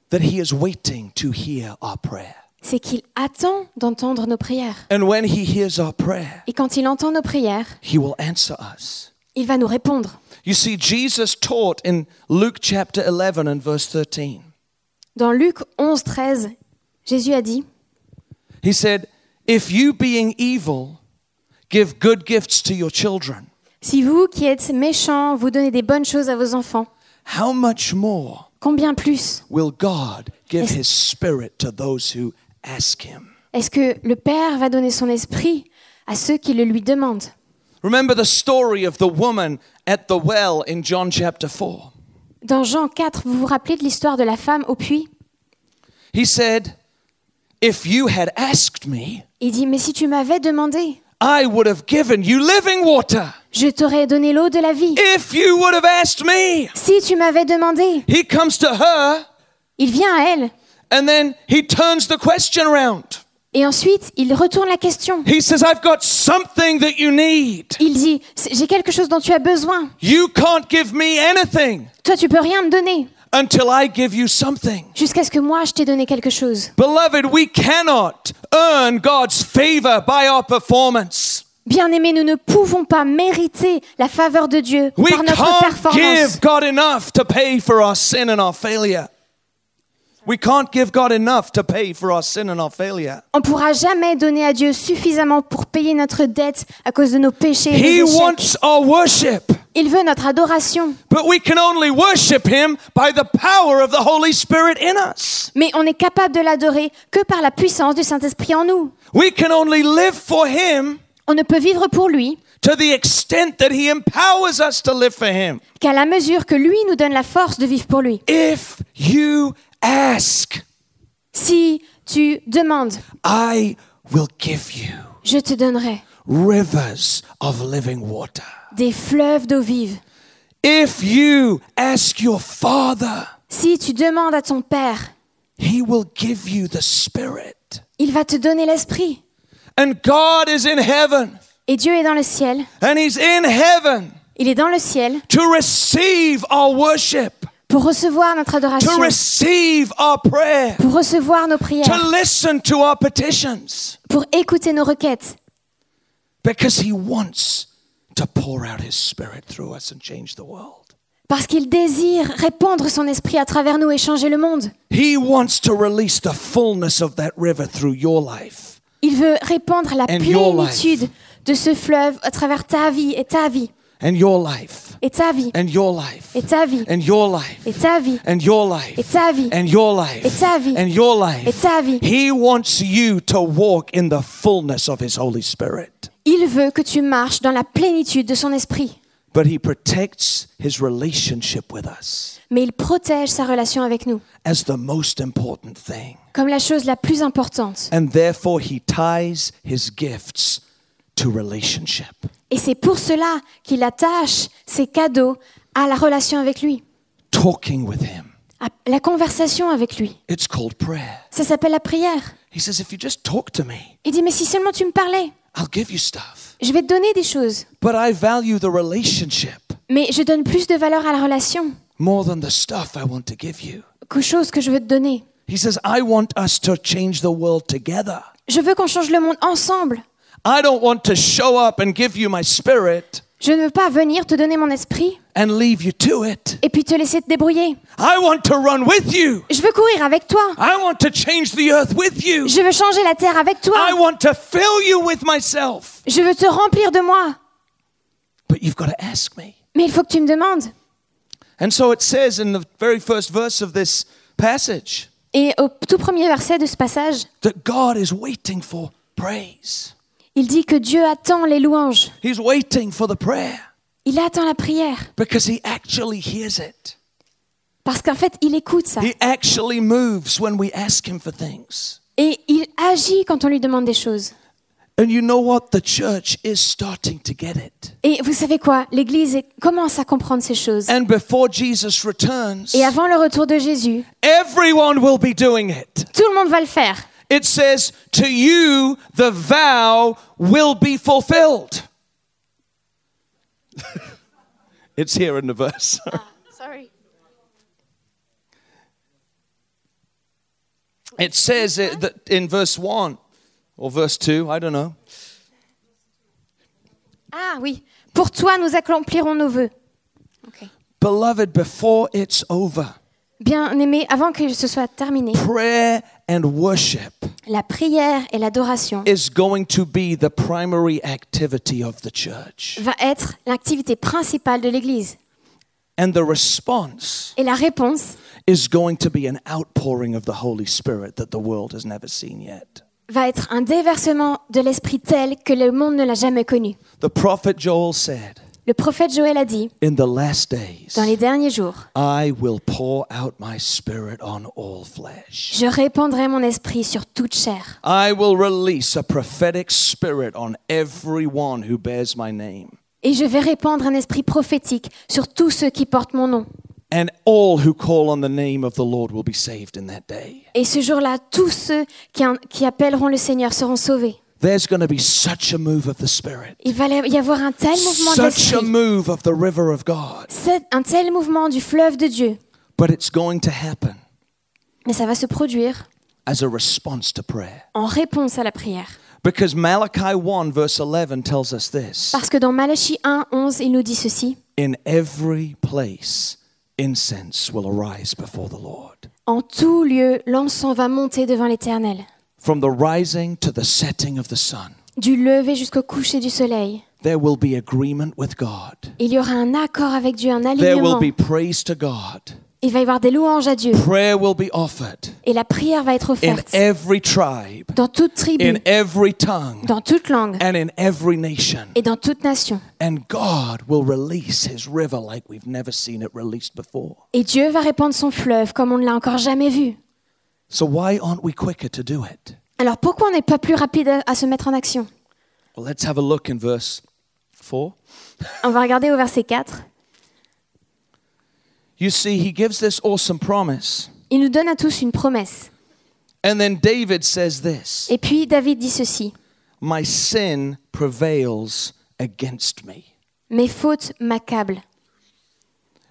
that He is waiting to hear our prayer. C'est qu'il attend d'entendre nos prières. And when He hears our prayer, Et quand il entend nos prières, He will answer us. il va nous répondre. You see, Jesus taught in Luke chapter 11 and verse 13. Dans Luc 11, 13, Jésus a dit, He said, If you, being evil, give good gifts to your children, Si vous qui êtes méchants, vous donnez des bonnes choses à vos enfants, how much more combien plus will God give Yes. His Spirit to those who ask Him? est-ce que le Père va donner son esprit à ceux qui le lui demandent Remember the story of the woman at the well in John chapter 4. Dans Jean 4, vous vous rappelez de l'histoire de la femme au puits He said, If you had asked me, Il dit, mais si tu m'avais demandé, I would have given you living water. je t'aurais donné l'eau de la vie. If you would have asked me. Si tu m'avais demandé, He comes to her il vient à elle. and then he turns the question around. Et ensuite, il retourne la question. He says, I've got something that you need. Il dit, C'est- j'ai quelque chose dont tu as besoin. You can't give me anything Toi, tu peux rien me donner until I give you something. jusqu'à ce que moi, je t'ai donné quelque chose. Beloved, we cannot earn God's favor by our performance. Bien-aimés, nous ne pouvons pas mériter la faveur de Dieu We par notre can't performance. give God enough to pay for our sin and our failure. We can't give God enough to pay for our sin and our failure. On ne pourra jamais donner à Dieu suffisamment pour payer notre dette à cause de nos péchés et He des échecs. wants our worship, Il veut notre adoration, but we can only worship Him by the power of the Holy Spirit in us. mais on n'est capable de l'adorer que par la puissance du Saint-Esprit en nous. We can only live for Him On ne peut vivre pour lui to the extent that He empowers us to live for Him. qu'à la mesure que lui nous donne la force de vivre pour lui. If you ask, Si tu demandes, I will give you je te donnerai rivers of living water. des fleuves d'eau vive. If you ask your Father, Si tu demandes à ton Père, He will give you the Spirit. il va te donner l'esprit. And God is in heaven, Et Dieu est dans le ciel. and He's in heaven Il est dans le ciel to receive our worship, pour recevoir notre to adoration, receive our prayer, pour recevoir nos to prières, listen to our petitions, pour écouter nos requêtes. because He wants to pour out His Spirit through us and change the world. Parce qu'il désire répandre son esprit à travers nous et changer le monde. He wants to release the fullness of that river through your life. Il veut répandre la And your plénitude de ce fleuve à travers ta vie et ta vie and your life et ta vie and your life et ta vie and your life et ta vie and your life et ta vie and your life Et ta vie. and your et life. ta vie. He wants you to walk in the fullness of His Holy Spirit, Il veut que tu marches dans la plénitude de son esprit. but He protects His relationship with us Mais il protège sa relation avec nous as the most important thing. comme la chose la plus importante. And therefore, He ties His gifts to relationship, Et c'est pour cela qu'il attache ses cadeaux à la relation avec lui, talking with Him. à la conversation avec lui. It's called prayer. Ça s'appelle la prière. He says, If you just talk to me, Il dit, mais si seulement tu me parlais, I'll give you stuff. je vais te donner des choses. But I value the relationship Mais je donne plus de valeur à la relation more than the stuff I want to give you. qu'aux choses que je veux te donner. He says, I want us to change the world together. Je veux qu'on change le monde ensemble. I don't want to show up and give you my spirit Je ne veux pas venir te donner mon esprit and leave you to it. et puis te laisser te débrouiller. I want to run with you. Je veux courir avec toi. I want to change the earth with you. Je veux changer la terre avec I toi. want to fill you with myself. Je veux te remplir de moi. But you've got to ask me. Mais il faut que tu me demandes. And so it says in the very first verse of this passage Et au tout premier verset de ce passage, that God is waiting for praise, il dit que Dieu attend les louanges. He's waiting for the prayer Il attend la prière. because He actually hears it. Parce qu'en fait, il écoute ça. He actually moves when we ask Him for things. Et il agit quand on lui demande des choses. And you know what? The church is starting to get it. Et vous savez quoi L'Église est- commence à comprendre ces choses. And before Jesus returns, Et avant le retour de Jésus, everyone will be doing it. tout le monde va le faire. It says, To you the vow will be fulfilled. it's here in the verse. it says it, that in verse 1 or verse 2, I don't know. Ah oui. Pour toi, nous accomplirons nos vœux. Beloved, before it's over, Bien-aimés, avant que ce soit terminé, prayer and worship la prière et l'adoration is going to be the primary activity of the church. va être l'activité principale de l'Église. And the response Et la réponse is going to be an outpouring of the Holy Spirit that the world has never seen yet. va être un déversement de l'esprit tel que le monde ne l'a jamais connu. The prophet Joel said, Le prophète Joël a dit, In the last days, dans les derniers jours, I will pour out my spirit on all flesh. je répandrai mon esprit sur toute chair. I will release a prophetic spirit on everyone who bears my name, Et je vais répandre un esprit prophétique sur tous ceux qui portent mon nom. and all who call on the name of the Lord will be saved in that day. Et ce jour-là, tous ceux qui, qui appelleront le Seigneur seront sauvés. There's going to be such a move of the Spirit, Il va y avoir un tel mouvement de such a l'esprit, move of the river of God, c'est un tel mouvement du fleuve de Dieu. but it's going to happen Mais ça va se produire as a response to prayer. en réponse à la prière. Because Malachi 1, verse 11 tells us this Parce que dans Malachie 1, 11, il nous dit ceci. In every place, incense will arise before the Lord. En tout lieu, l'encens va monter devant l'Éternel. From the rising to the setting of the sun, Du lever jusqu'au coucher du soleil. there will be agreement with God, Il y aura un accord avec Dieu, un there will alignement. be praise to God, Il va y avoir des louanges à Dieu. prayer will be offered Et la prière va être in offerte every tribe, dans toute tribu, in every tongue, dans toute langue and in every nation. et dans toute nation. And God will release his river like we've never seen it released before. Et Dieu va répandre son fleuve comme on ne l'a encore jamais vu. So, why aren't we quicker to do it? Alors pourquoi on n'est pas plus rapide à, à se mettre en action Well, let's have a look in verse 4. On va regarder au verset 4. You see, he gives this awesome promise. Il nous donne à tous une promesse. And then David says this Et puis David dit ceci. My sin prevails against me. Mes fautes m'accablent.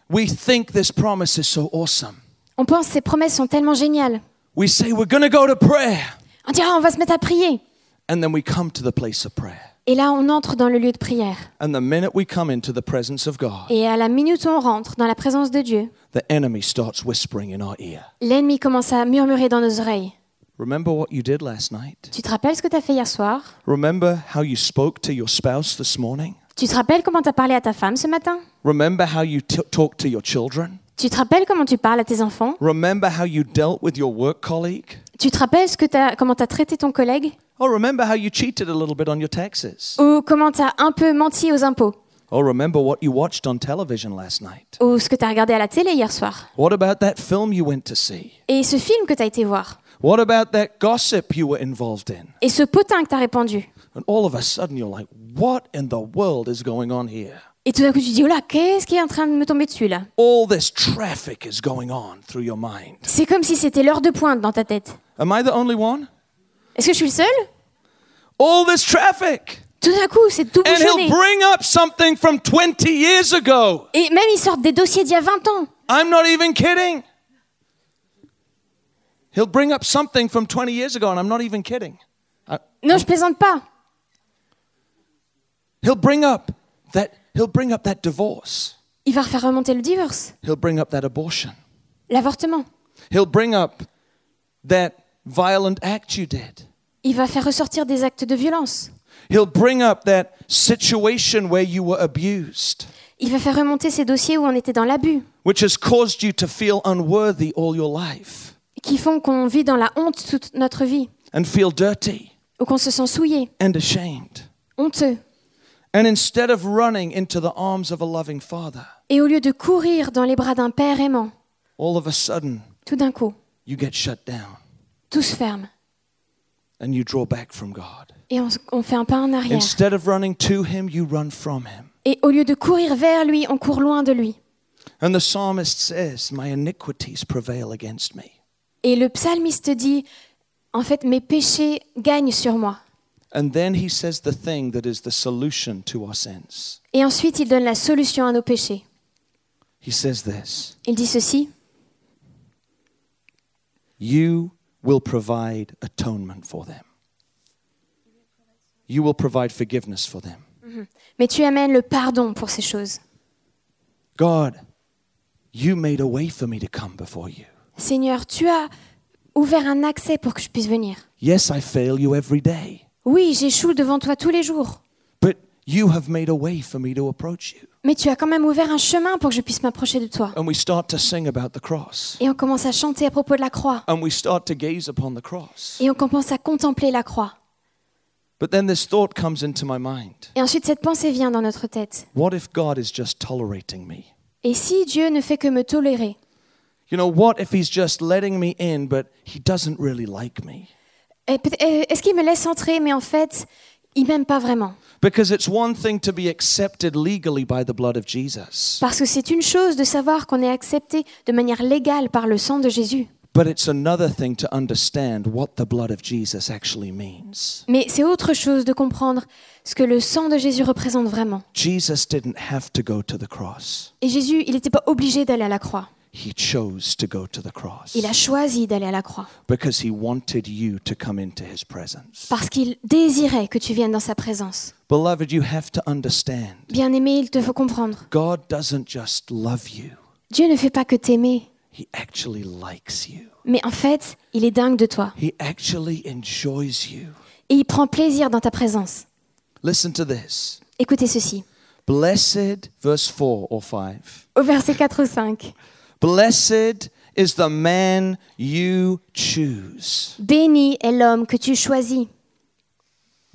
We think this promise is so awesome. On pense ces promesses sont tellement géniales. We say we're going to go to prayer. On dit Ah, on va se mettre à prier. And then we come to the place of prayer. Et là on entre dans le lieu de prière. And the minute we come into the presence of God, Et à la minute où on rentre dans la présence de Dieu, the enemy starts whispering in our ear. l'ennemi commence à murmurer dans nos oreilles. Remember what you did last night? Tu te rappelles ce que t'as fait hier soir Remember how you spoke to your spouse this morning? Tu te rappelles comment t'as parlé à ta femme ce matin Remember how you t- talked to your children? Tu te rappelles comment tu parles à tes enfants Remember how you dealt with your work colleague? Tu te rappelles ce que t'as- comment t'as traité ton collègue Or remember how you cheated a little bit on your taxes? Ou comment t'as un peu menti aux impôts Or remember what you watched on television last night? Ou ce que t'as regardé à la télé hier soir What about that film you went to see? Et ce film que t'as été voir What about that gossip you were involved in? Et ce potin que t'as répandu And all of a sudden you're like, what in the world is going on here? Et tout d'un coup tu dis, oh là, qu'est-ce qui est en train de me tomber dessus là All this traffic is going on through your mind. C'est comme si c'était l'heure de pointe dans ta tête. Am I the only one? Est-ce que je suis le seul All this traffic! Tout d'un coup, c'est tout And bouchonné. he'll bring up something from 20 years ago. Et même ils sortent des dossiers d'il y a 20 ans. I'm not even kidding. He'll bring up something from 20 years ago, and I'm not even kidding. I- Non, je plaisante pas. he'll bring up that he'll bring up that divorce. Il va refaire remonter le divorce, He'll bring up that abortion. l'avortement. He'll bring up that violent act you did. Il va faire ressortir des actes de violence. He'll bring up that situation where you were abused, Il va faire remonter ces dossiers où on était dans l'abus, which has caused you to feel unworthy all your life qui font qu'on vit dans la honte toute notre vie, and feel dirty ou qu'on se sent souillé, and ashamed. honteux. And instead of running into the arms of a loving father, Et au lieu de courir dans les bras d'un père aimant, all of a sudden tout d'un coup, you get shut down tout se ferme and you draw back from God. et on, on fait un pas en arrière. Instead of running to Him, you run from Him. Et au lieu de courir vers lui, on court loin de lui. And the psalmist says, My iniquities prevail against me. Et le psalmiste dit, en fait, mes péchés gagnent sur moi. And then he says the thing that is the solution to our sins. Et ensuite, il donne la solution à nos péchés. He says this Il dit ceci, You will provide atonement for them, you will provide forgiveness for them. mais tu amènes le pardon pour ces choses. God, you made a way for me to come before you. Seigneur, tu as ouvert un accès pour que je puisse venir. Yes, I fail you every day, Oui, j'échoue devant toi tous les jours, but you have made a way for me to approach you. mais tu as quand même ouvert un chemin pour que je puisse m'approcher de toi. And we start to sing about the cross, Et on commence à chanter à propos de la croix, and we start to gaze upon the cross. et on commence à contempler la croix. But then this thought comes into my mind Et ensuite, cette pensée vient dans notre tête. what if God is just tolerating me? Et si Dieu ne fait que me tolérer You know, what if He's just letting me in, but He doesn't really like me? Et Eh, peut- et Est-ce qu'il me laisse entrer, mais en fait, il m'aime pas vraiment Because it's one thing to be accepted legally by the blood of Jesus, Parce que c'est une chose de savoir qu'on est accepté de manière légale par le sang de Jésus. but it's another thing to understand what the blood of Jesus actually means. Mais c'est autre chose de comprendre ce que le sang de Jésus représente vraiment. Jesus didn't have to go to the cross, Et Jésus, il n'était pas obligé d'aller à la croix. He chose to go to the cross Il a choisi d'aller à la croix because he wanted you to come into his presence. parce qu'il désirait que tu viennes dans sa présence. Beloved, you have to understand Bien-aimé, il te faut comprendre. God doesn't just love you, Dieu ne fait pas que t'aimer, he actually likes you. mais en fait, il est dingue de toi. He actually enjoys you. Et il prend plaisir dans ta présence. Listen to this. Écoutez ceci. Blessed, verse 4 or 5. Au verset 4 ou 5. Blessed is the man you choose. Béni est l'homme que tu choisis.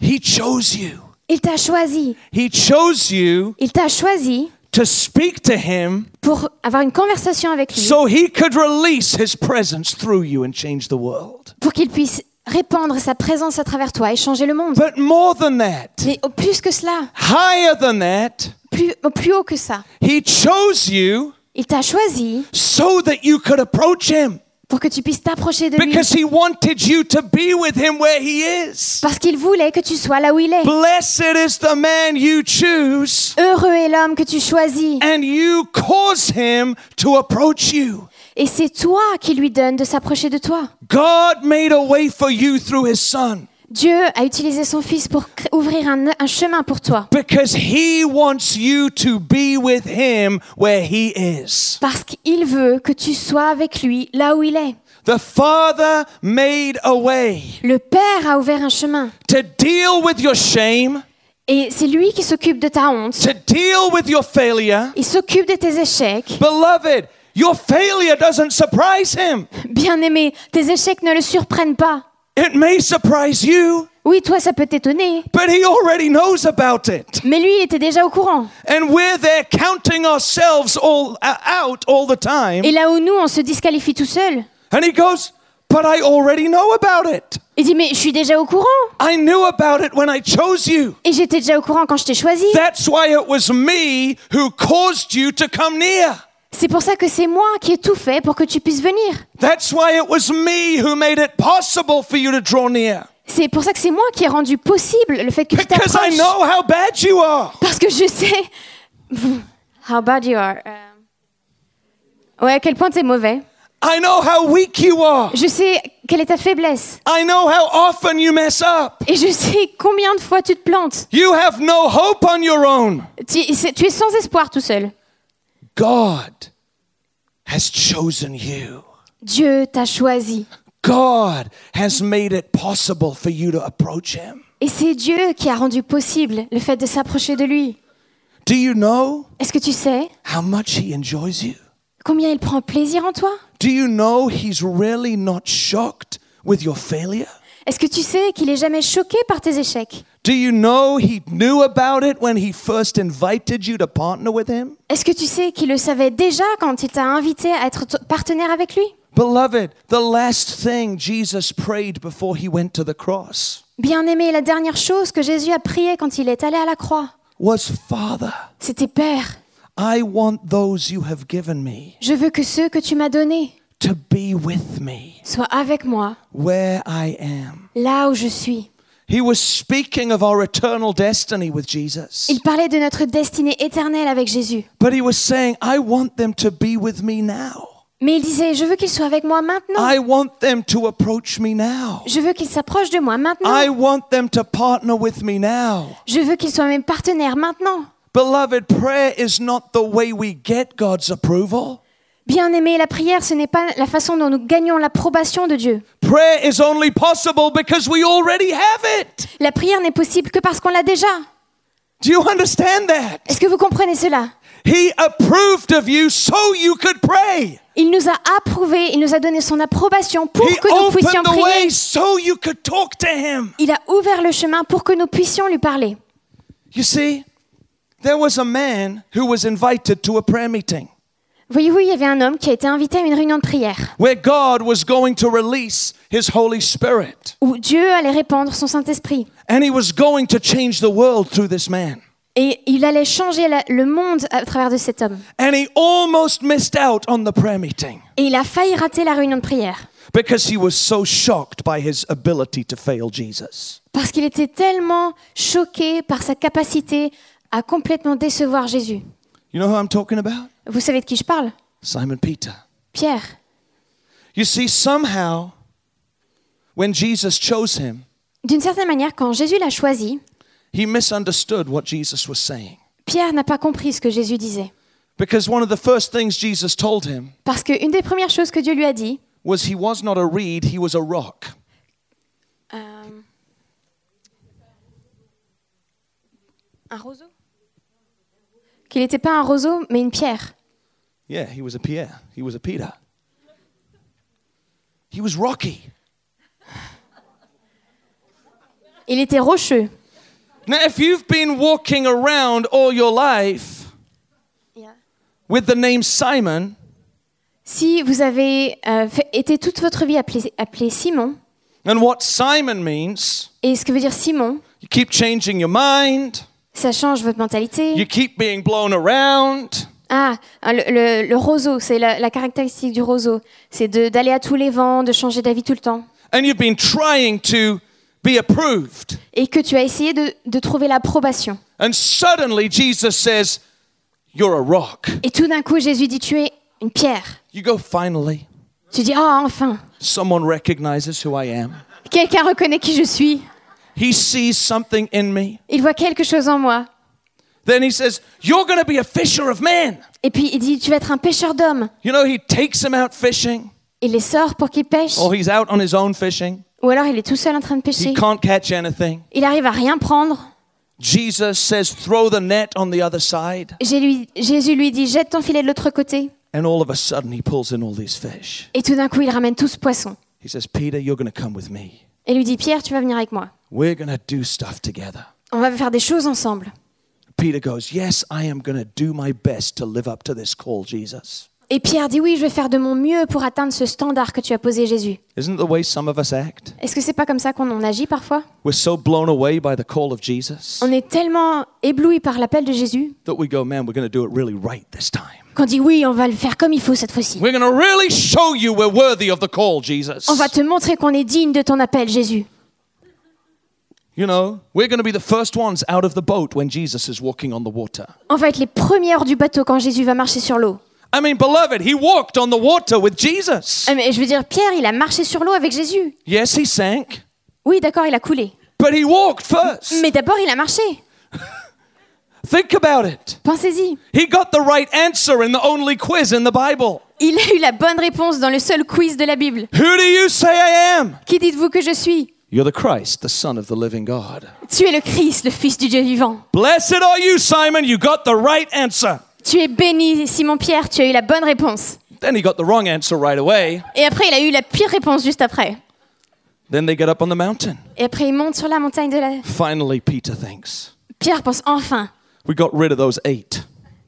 He chose you. Il t'a choisi. He chose you Il t'a choisi to speak to him pour avoir une conversation avec lui, so he could release his presence through you and change the world. pour qu'il puisse répandre sa présence à travers toi et changer le monde. But more than that, Mais au plus que cela, higher than that, plus, au plus haut que ça, he chose you il t'a choisi so that you could approach him pour que tu puisses t'approcher de lui. because he wanted you to be with him where he is. Parce qu'il voulait que tu sois là où il est. Blessed is the man you choose, Heureux est l'homme que tu choisis. and you cause him to approach you. Et c'est toi qui lui donne de s'approcher de toi. God made a way for you through his son Dieu a utilisé son fils pour cr- ouvrir un, un chemin pour toi. because he wants you to be with him where he is. Parce qu'il veut que tu sois avec lui là où il est. The Father made a way Le Père a ouvert un chemin. to deal with your shame, Et c'est lui qui s'occupe de ta honte. to deal with your failure. Il s'occupe de tes échecs. Beloved, your failure doesn't surprise him. Bien-aimé, tes échecs ne le surprennent pas. It may surprise you, Oui, toi, ça peut t'étonner. but he already knows about it. Mais lui, il était déjà au courant. And we're there counting ourselves all uh, out all the time. Et là où nous, on se disqualifie tout seul. And he goes, "But I already know about it. Il dit, mais je suis déjà au courant. I knew about it when I chose you. Et j'étais déjà au courant quand je t'ai choisi. That's why it was me who caused you to come near. C'est pour ça que c'est moi qui ai tout fait pour que tu puisses venir. That's why it was me who made it possible for you to draw near. C'est pour ça que c'est moi qui ai rendu possible le fait que tu Because I t'approches. know how bad you are. Parce que je sais how bad you are. Euh, Ouais, à quel point t'es mauvais. I know how weak you are. Je sais quelle est ta faiblesse. I know how often you mess up. Et je sais combien de fois tu te plantes. You have no hope on your own. Tu, c'est- tu es sans espoir tout seul. God has chosen you. Dieu t'a choisi. God has made it possible for you to approach him. Et c'est Dieu qui a rendu possible le fait de s'approcher de lui. Do you know Est-ce que tu sais how much he enjoys you? combien il prend plaisir en toi Do you know he's really not shocked with your failure? Est-ce que tu sais qu'il est jamais choqué par tes échecs Do you know he knew about it when he first invited you to partner with him? Est-ce que tu sais qu'il le savait déjà quand il t'a invité à être t- partenaire avec lui Beloved, the last thing Jesus prayed before he went to the cross Bien-aimé, la dernière chose que Jésus a prié quand il est allé à la croix, was Father, c'était Père, I want those you have given me je veux que ceux que tu m'as donnés to be with me soient avec moi, where I am. là où je suis. He was speaking of our eternal destiny with Jesus. Il parlait de notre destinée éternelle avec Jésus. But he was saying, I want them to be with me now. Mais il disait, je veux qu'il soit avec moi maintenant. I want them to approach me now. Je veux qu'il s'approche de moi maintenant. I want them to partner with me now. Je veux qu'il soit mes partenaires maintenant. Beloved, prayer is not the way we get God's approval. Bien-aimé, la prière, ce n'est pas la façon dont nous gagnons l'approbation de Dieu. Prayer is only possible because we already have it. La prière n'est possible que parce qu'on l'a déjà. Do you understand that? Est-ce que vous comprenez cela He approved of you so you could pray. Il nous a approuvé, il nous a donné son approbation pour He que nous opened puissions the prier. way so you could talk to him. Il a ouvert le chemin pour que nous puissions lui parler. You see, there was a man who was invited to a prayer meeting Voyez-vous, il y avait un homme qui a été invité à une réunion de prière where God was going to release his Holy Spirit. où Dieu allait répandre son Saint-Esprit. And he was going to change the world through this man. Et il allait changer la- le monde à travers de cet homme. And he almost missed out on the prayer meeting Et il a failli rater la réunion de prière because he was so shocked by his ability to fail Jesus. parce qu'il était tellement choqué par sa capacité à complètement décevoir Jésus. You know who I'm talking about? Vous savez de qui je parle Simon Peter. Pierre. You see, somehow, when Jesus chose him, D'une certaine manière, quand Jésus l'a choisi, he misunderstood what Jesus was saying. Pierre n'a pas compris ce que Jésus disait. Because one of the first things Jesus told him Parce qu'une des premières choses que Dieu lui a dit, was he was not a reed, he was a rock. euh, un roseau Qu'il n'était pas un roseau, mais une pierre. Yeah, he was a Pierre, he was a Peter. He was rocky. Il était rocheux. Now, if you've been walking around all your life with the name Simon, Si vous avez euh, fait- été toute votre vie appelé, appelé Simon, and what Simon means, et ce que veut dire Simon, you keep changing your mind, ça change votre mentalité. you keep being blown around, Ah, hein, le, le- le roseau, c'est la, la caractéristique du roseau. C'est de- d'aller à tous les vents, de changer d'avis tout le temps. and you've been trying to be approved. Et que tu as essayé de, de trouver l'approbation. And suddenly Jesus says, You're a rock. Et tout d'un coup, Jésus dit, tu es une pierre. You go, Finally, Tu dis, ah, enfin, someone recognizes who I am. quelqu'un reconnaît qui je suis. He sees something in me. Il voit quelque chose en moi. Then he says, You're going to be a fisher of men. Et puis il dit, tu vas être un pêcheur d'hommes. You know, he takes him out fishing, Il les sort pour qu'ils pêchent. or he's out on his own fishing. Ou alors il est tout seul en train de He pêcher. can't catch anything. Il arrive à rien prendre. Jesus says, Throw the net on the other side. J'ai lui- Jésus lui dit, jette ton filet de l'autre côté. And all of a sudden, he pulls in all these fish. Et tout d'un coup, il ramène tout ce poisson. He says, Peter, you're going to come with me. Et lui dit, Pierre, tu vas venir avec moi. We're going to do stuff together. On va faire des choses ensemble. Peter goes, Yes, I am going to do my best to live up to this call, Jesus. Et Pierre dit, oui, je vais faire de mon mieux pour atteindre ce standard que tu as posé, Jésus. Isn't it the way some of us act? Est-ce que c'est pas comme ça qu'on en agit parfois We're so blown away by the call of Jesus On est tellement ébloui par l'appel de Jésus that we go, Man, we're going to do it really right this time. qu'on dit, oui, on va le faire comme il faut cette fois-ci. We're going to really show you we're worthy of the call, Jesus. On va te montrer qu'on est digne de ton appel, Jésus. You know, we're going to be the first ones out of the boat when Jesus is walking on the water. On va être les premiers hors du bateau quand Jésus va marcher sur l'eau. I mean, beloved, he walked on the water with Jesus. Ah, Mais je veux dire, Pierre, il a marché sur l'eau avec Jésus. Yes, he sank, Oui, d'accord, il a coulé. but he walked first. Mais d'abord, il a marché. Think about it. Pensez-y. He got the right answer in the only quiz in the Bible. Il a eu la bonne réponse dans le seul quiz de la Bible. Who do you say I am? Qui dites-vous que je suis You're the Christ, the Son of the living God. Tu es le Christ, le Fils du Dieu vivant. Blessed are you, Simon. You got the right answer. Tu es béni, Simon-Pierre, tu as eu la bonne réponse. Then he got the wrong answer right away. Et après, il a eu la pire réponse juste après. Then they get up on the mountain. Et après, il monte sur la montagne de la... Finally, Peter thinks, Pierre pense, enfin, We got rid of those eight.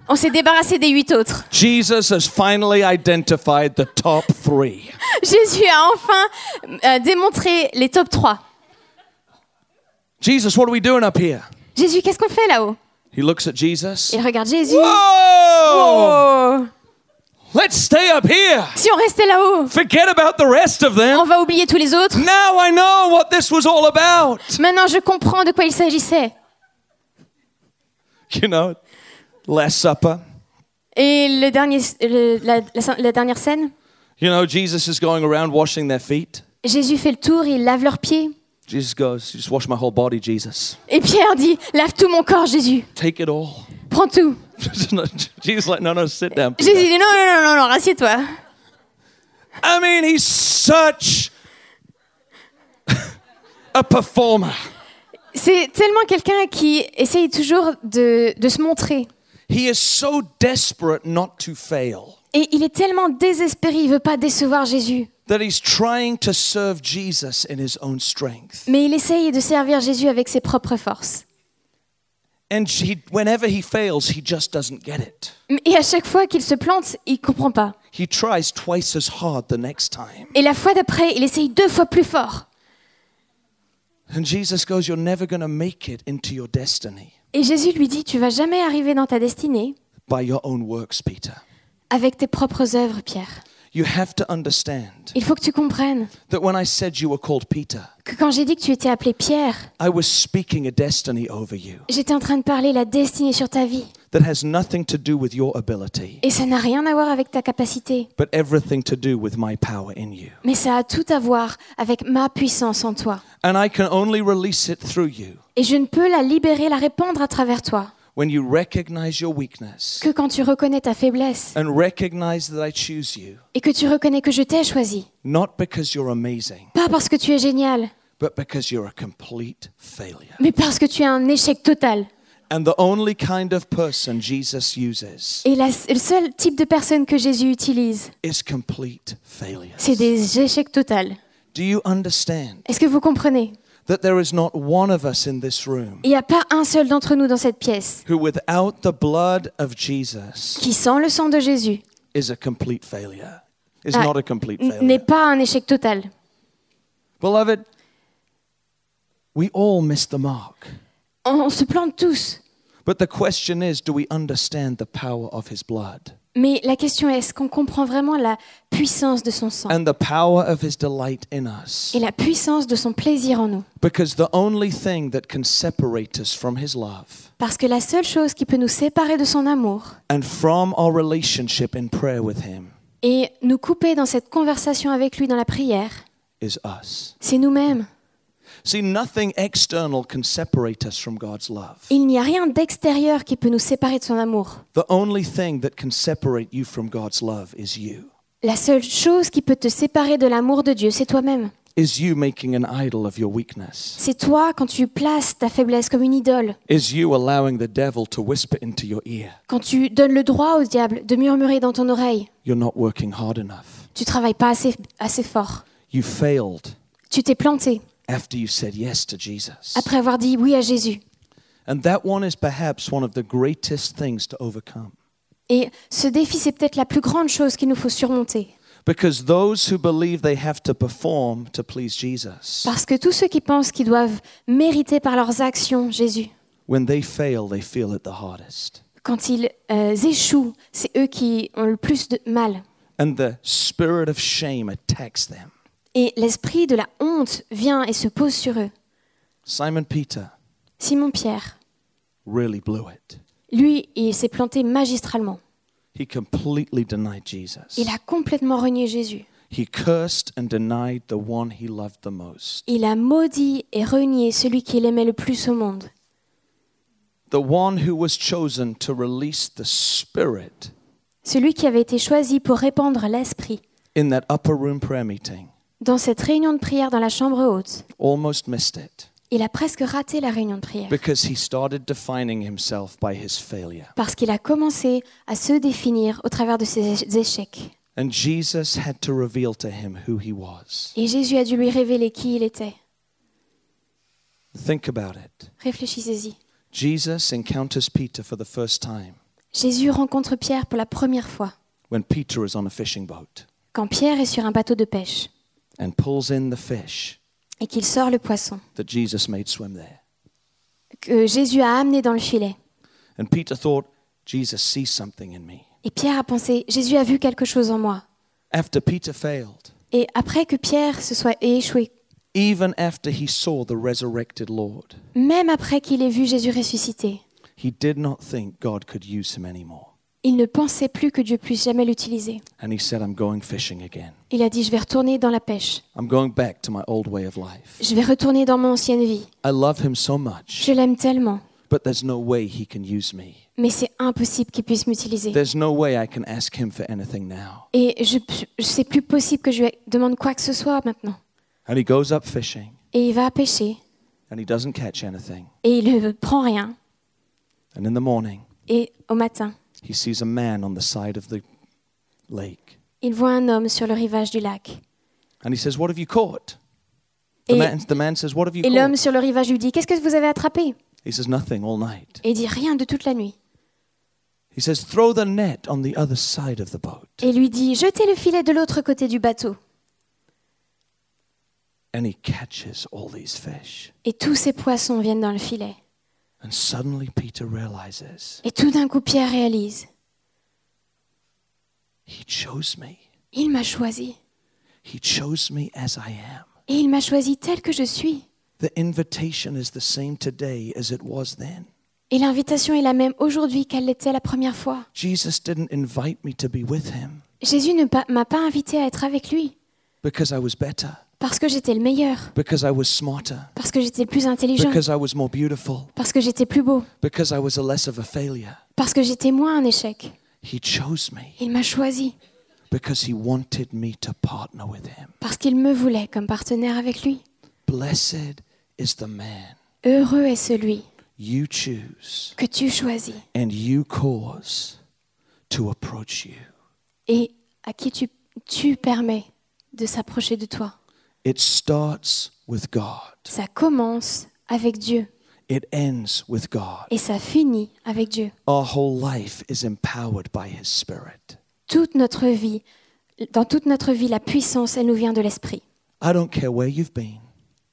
on s'est débarrassé des huit autres. Jesus has finally identified the top three. Jésus a enfin euh, démontré les top 3. Jesus, what are we doing up here? Jésus, qu'est-ce qu'on fait là-haut He looks at Jesus. Il regarde Jésus. Whoa! Oh Let's stay up here. Si on restait là-haut, Forget about the rest of on them. va oublier tous les autres. Now I know what this was all about. Maintenant, je comprends de quoi il s'agissait. You know, Last Supper. Et le dernier, le- la, la- la dernière scène, You know, Jesus is going around washing their feet. Jésus fait le tour, il lave leurs pieds. Jesus goes, You just wash my whole body, Jesus. Et Pierre dit, lave tout mon corps, Jésus. Take it all. Prends tout. Jesus, like, No, no, sit down. Peter." Jésus dit, non, non, non, non, non, assieds-toi. I mean, he's such a performer. C'est tellement quelqu'un qui essaye toujours de, de se montrer. He is so desperate not to fail Et il est tellement désespéré, il veut pas décevoir Jésus. that he's trying to serve Jesus in his own strength. Mais il essaye de servir Jésus avec ses propres forces. And he, whenever he fails, he just doesn't get it. Et à chaque fois qu'il se plante, il comprend pas. He tries twice as hard the next time. Et la fois d'après, il essaye deux fois plus fort. And Jesus goes, You're never going to make it into your destiny Et Jésus lui dit, tu vas jamais arriver dans ta destinée by your own works, Peter. avec tes propres œuvres, Pierre. You have to understand Il faut que tu comprennes that when I said you were called Peter, que quand j'ai dit que tu étais appelé Pierre, I was speaking a destiny over you j'étais en train de parler la destinée sur ta vie. that has nothing to do with your ability, Et ça n'a rien à voir avec ta capacité, but everything to do with my power in you. mais ça a tout à voir avec ma puissance en toi. And I can only release it through you Et je ne peux la libérer, la répandre à travers toi when you recognize your weakness que quand tu reconnais ta faiblesse and recognize that I choose you, et que tu reconnais que je t'ai choisi. not because you're amazing, Pas parce que tu es génial, but because you're a complete failure. mais parce que tu es un échec total. And the only kind of person Jesus uses Et la- le seul type de personne que Jésus utilise, is complete failure. c'est des échecs totaux. Do you understand Est-ce que vous comprenez that there is not one of us in this room Il n'y a pas un seul d'entre nous dans cette pièce who, without the blood of Jesus, qui, sans le sang de Jésus, is a complete failure? Is Ah, not a complete n- n'est failure. pas un échec total. Beloved, we all miss the mark. On, on se plante tous. But the question is do we understand the power of his blood Mais la question est, est-ce qu'on comprend vraiment la puissance de son sang and the power of his delight in us? et la puissance de son plaisir en nous Because the only thing that can separate us from his love Parce que la seule chose qui peut nous séparer de son amour and from our relationship in prayer with Him et nous couper dans cette conversation avec lui dans la prière, is us. c'est nous-mêmes. See, nothing external can separate us from God's love. Il n'y a rien d'extérieur qui peut nous séparer de son amour. The only thing that can separate you from God's love is you, La seule chose qui peut te séparer de l'amour de Dieu, c'est toi-même. is you making an idol of your weakness, C'est toi quand tu places ta faiblesse comme une idole, is you allowing the devil to whisper into your ear, quand tu donnes le droit au diable de murmurer dans ton oreille. you're not working hard enough. Tu travailles pas assez, assez fort. You failed Tu t'es planté after you said yes to Jesus. après avoir dit oui à Jésus. And that one is perhaps one of the greatest things to overcome. Et ce défi, c'est peut-être la plus grande chose qu'il nous faut surmonter. Because those who believe they have to perform to please Jesus, Parce que tous ceux qui pensent qu'ils doivent mériter par leurs actions Jésus, When they fail, they feel it the hardest. quand ils euh, échouent, c'est eux qui ont le plus de mal. And the spirit of shame attacks them. Et l'esprit de la honte vient et se pose sur eux. Simon Peter Simon-Pierre, really blew it. lui, il s'est planté magistralement. He completely denied Jesus. Il a complètement renié Jésus. He cursed and denied the one he loved the most, Il a maudit et renié celui qu'il aimait le plus au monde, the one who was chosen to release the spirit celui qui avait été choisi pour répandre l'esprit. in that upper room prayer meeting. Dans cette réunion de prière dans la chambre haute, Almost missed it il a presque raté la réunion de prière because he started defining himself by his failure. parce qu'il a commencé à se définir au travers de ses éche- échecs. And Jesus had to reveal to him who he was. Et Jésus a dû lui révéler qui il était. Think about it. Réfléchissez-y. Jesus encounters Peter for the first time Jésus rencontre Pierre pour la première fois, when Peter is on a fishing boat quand Pierre est sur un bateau de pêche and pulls in the fish et qu'il sort le poisson that Jesus made swim there. que Jésus a amené dans le filet. And Peter thought, Jesus sees something in me. Et Pierre a pensé, Jésus a vu quelque chose en moi. After Peter failed, Et après que Pierre se soit échoué, even after he saw the resurrected Lord, même après qu'il ait vu Jésus ressuscité, he did not think God could use him anymore. il ne pensait plus que Dieu puisse jamais l'utiliser. And he said, I'm going fishing again. Il a dit, je vais retourner dans la pêche. I'm going back to my old way of life. Je vais retourner dans mon ancienne vie. I love him so much, Je l'aime tellement, but there's no way he can use me. mais c'est impossible qu'il puisse m'utiliser. There's no way I can ask him for anything now. Et je, je sais plus possible que je lui demande quoi que ce soit maintenant. And he goes up fishing. Et il va pêcher, and he doesn't catch anything. et il ne prend rien. And in the morning, Et au matin, he sees a man on the side of the lake. il voit un homme sur le rivage du lac. And he says, What have you caught? The, Et, man, the man says, What have you et l'homme caught? sur le rivage lui dit, qu'est-ce que vous avez attrapé He says, Nothing all night. Et il dit, rien de toute la nuit. He says, Throw the net on the other side of the boat. Et lui dit, jetez le filet de l'autre côté du bateau. And he catches all these fish. Et tous ces poissons viennent dans le filet. And suddenly Peter realizes, Et tout d'un coup, Pierre réalise, He chose me. Il m'a choisi. He chose me as I am. Et il m'a choisi tel que je suis. The invitation is the same today as it was then. Et l'invitation est la même aujourd'hui qu'elle l'était la première fois. Jesus didn't invite me to be with him Jésus ne pa- m'a pas invité à être avec lui because I was better, parce que j'étais le meilleur, because I was smarter, parce que j'étais le plus intelligent, because I was more beautiful, parce que j'étais plus beau, because I was a less of a failure. parce que j'étais moins un échec. He chose me Il m'a choisi because he wanted me to partner with him. parce qu'il me voulait comme partenaire avec lui. Blessed is the man Heureux est celui you choose que tu choisis and you cause to approach you. et à qui tu, tu permets de s'approcher de toi. It starts with God, Ça commence avec Dieu it ends with God. et ça finit avec Dieu. Our whole life is empowered by his spirit. Toute notre vie, dans toute notre vie, la puissance, elle nous vient de l'esprit. I don't care where you've been,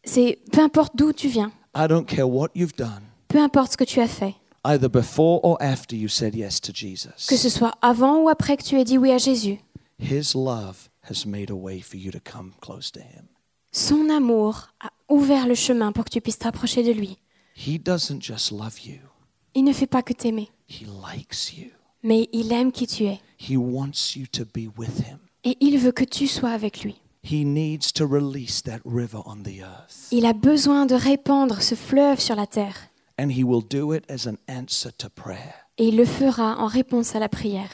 C'est peu importe d'où tu viens, I don't care what you've done, peu importe ce que tu as fait, either before or after you said yes to que Jesus. ce soit avant ou après que tu aies dit oui à Jésus. His love has made a way for you to come close to him. Son amour a ouvert le chemin pour que tu puisses t'approcher de lui. He doesn't just love you, Il ne fait pas que t'aimer, he likes you. mais il aime qui tu es He wants you to be with him. et il veut que tu sois avec lui. He needs to release that river on the earth, Il a besoin de répandre ce fleuve sur la terre and he will do it as an answer to prayer. et il le fera en réponse à la prière.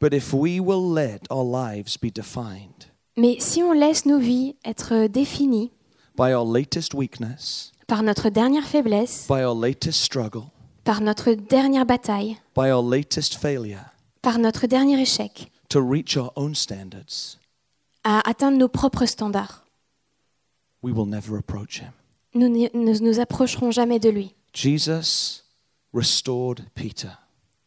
But if we will let our lives be defined Mais si on laisse nos vies être définies by our latest weakness, par notre dernière faiblesse, by our latest struggle, par notre dernière bataille, by our latest failure par notre dernier échec, to reach our own standards, à atteindre nos propres standards, we will never approach him. nous ne nous, nous approcherons jamais de lui. Jesus restored Peter,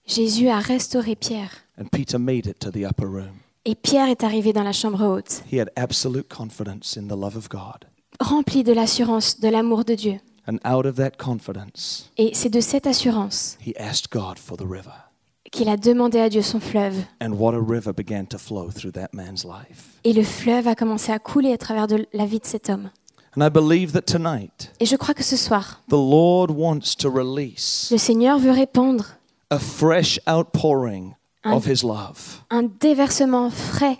Jésus a restauré Pierre and Peter made it to the upper room. et Pierre est arrivé dans la chambre haute, He had absolute confidence in the love of God, rempli de l'assurance de l'amour de Dieu. and out of that confidence, Et c'est de cette assurance he asked God for the river. qu'il a demandé à Dieu son fleuve. And what a river began to flow through that man's life. Et le fleuve a commencé à couler à travers de la vie de cet homme. And I believe that tonight, Et je crois que ce soir, the Lord wants to release le Seigneur veut répandre a fresh outpouring of his love. un déversement frais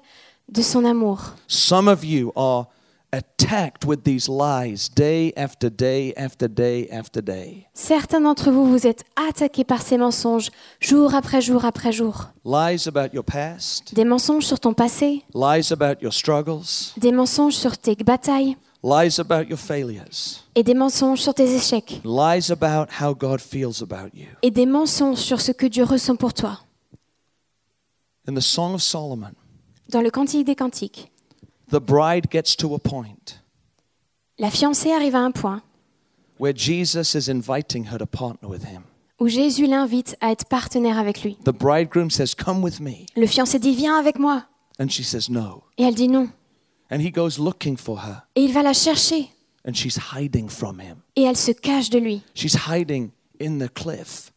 de son amour. Some of you are attacked with these lies day after day after day after day. Certains d'entre vous, vous êtes attaqués par ces mensonges jour après jour après jour. Lies about your past, Des mensonges sur ton passé, lies about your struggles, des mensonges sur tes batailles lies about your failures, et des mensonges sur tes échecs lies about how God feels about you. et des mensonges sur ce que Dieu ressent pour toi. In the Song of Solomon, Dans le Cantique des Cantiques, the bride gets to a point la fiancée arrive à un point where Jesus is inviting her to partner with him. où Jésus l'invite à être partenaire avec lui. The bridegroom says, Come with me. Le fiancé dit Viens avec moi. And she says, No. Et elle dit non. And he goes looking for her, Et il va la chercher. and she's hiding from him. Et elle se cache de lui. She's hiding in the cliff,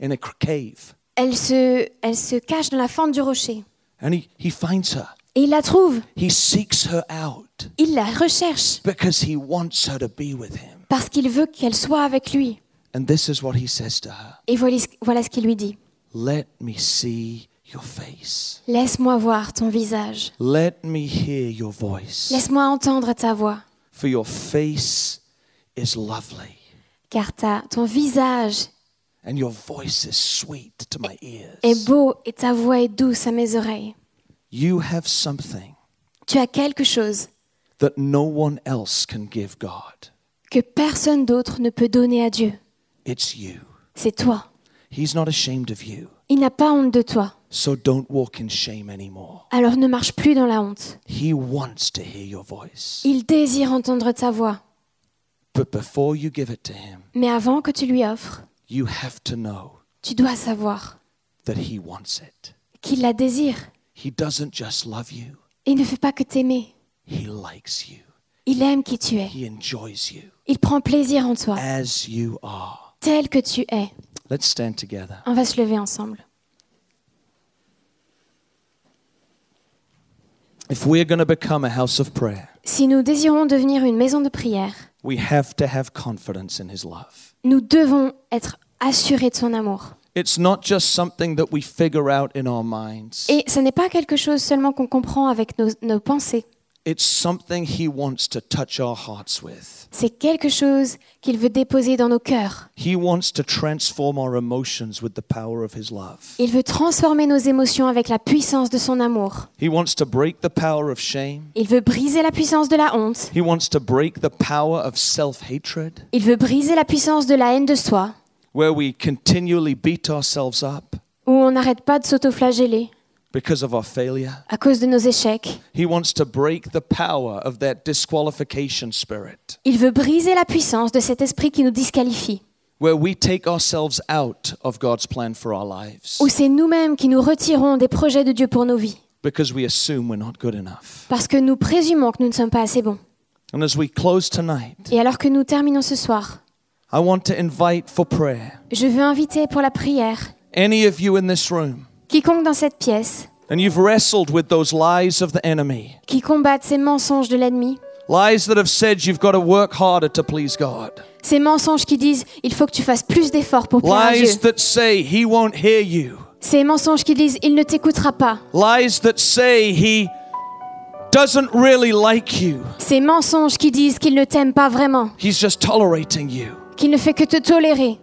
in a cr- cave. Elle se, elle se cache dans la fente du rocher. And he, he finds her. Et il la trouve. He seeks her out Il la recherche. because he wants her to be with him. Parce qu'il veut qu'elle soit avec lui. And this is what he says to her Et voilà, voilà ce qu'il lui dit. Let me see your face. Laisse-moi voir ton visage. Let me hear your voice. Laisse-moi entendre ta voix. For your face is lovely, Car ta, ton visage and your voice is sweet to my est ears. beau et ta voix est douce à mes oreilles. You have something Tu as quelque chose that no one else can give God. que personne d'autre ne peut donner à Dieu. It's you. C'est toi. He's not ashamed of you. Il n'a pas honte de toi. So don't walk in shame anymore. Alors ne marche plus dans la honte. He wants to hear your voice. Il désire entendre ta voix. But before you give it to him, Mais avant que tu lui offres, you have to know tu dois savoir that he wants it. qu'il la désire. He doesn't just love you, Il ne fait pas que t'aimer. he likes you. Il aime qui tu es. He enjoys you Il prend plaisir en toi, as you are. tel que tu es. Let's stand together. On va se lever ensemble. If we're going to become a house of prayer, Si nous désirons devenir une maison de prière, we have to have confidence in His love. nous devons être assurés de son amour. It's not just something that we figure out in our minds, Et ce n'est pas quelque chose seulement qu'on comprend avec nos, nos pensées, it's something He wants to touch our hearts with. c'est quelque chose qu'il veut déposer dans nos cœurs. He wants to transform our emotions with the power of His love. Il veut transformer nos émotions avec la puissance de son amour. He wants to break the power of shame. Il veut briser la puissance de la honte. He wants to break the power of self hatred, Il veut briser la puissance de la haine de soi, where we continually beat ourselves up où on n'arrête pas de s'autoflageller because of our failure. à cause de nos échecs. He wants to break the power of that disqualification spirit, Il veut briser la puissance de cet esprit qui nous disqualifie, where we take ourselves out of God's plan for our lives où c'est nous-mêmes qui nous retirons des projets de Dieu pour nos vies, because we assume we're not good enough. parce que nous présumons que nous ne sommes pas assez bons. And as we close tonight, Et alors que nous terminons ce soir, I want to invite for prayer je veux inviter pour la prière any of you in this room, quiconque dans cette pièce, and you've wrestled with those lies of the enemy, qui combatte ces mensonges de l'ennemi, lies that have said you've got to work harder to please God. ces mensonges qui disent il faut que tu fasses plus d'efforts pour plaire à Dieu, Lies that say he won't hear you. ces mensonges qui disent il ne t'écoutera pas, Lies that say he doesn't really like you. ces mensonges qui disent qu'il ne t'aime pas vraiment, He's just tolerating you. qu'il ne fait que te tolérer.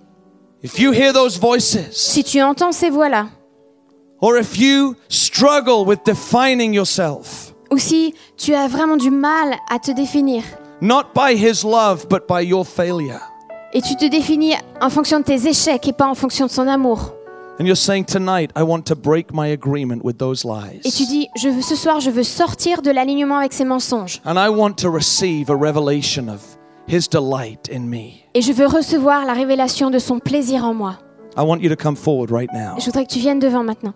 If you hear those voices, Si tu entends ces voix-là, or if you struggle with defining yourself, ou si tu as vraiment du mal à te définir, not by his love, but by your failure, et tu te définis en fonction de tes échecs et pas en fonction de son amour, and you're saying, Tonight, I want to break my agreement with those et tu lies, dis je veux, ce soir je veux sortir de l'alignement avec ces mensonges, and I want to receive a revelation of his delight in me, et je veux recevoir la révélation de son plaisir en moi. I want you to come forward right now. Je voudrais que tu viennes devant maintenant.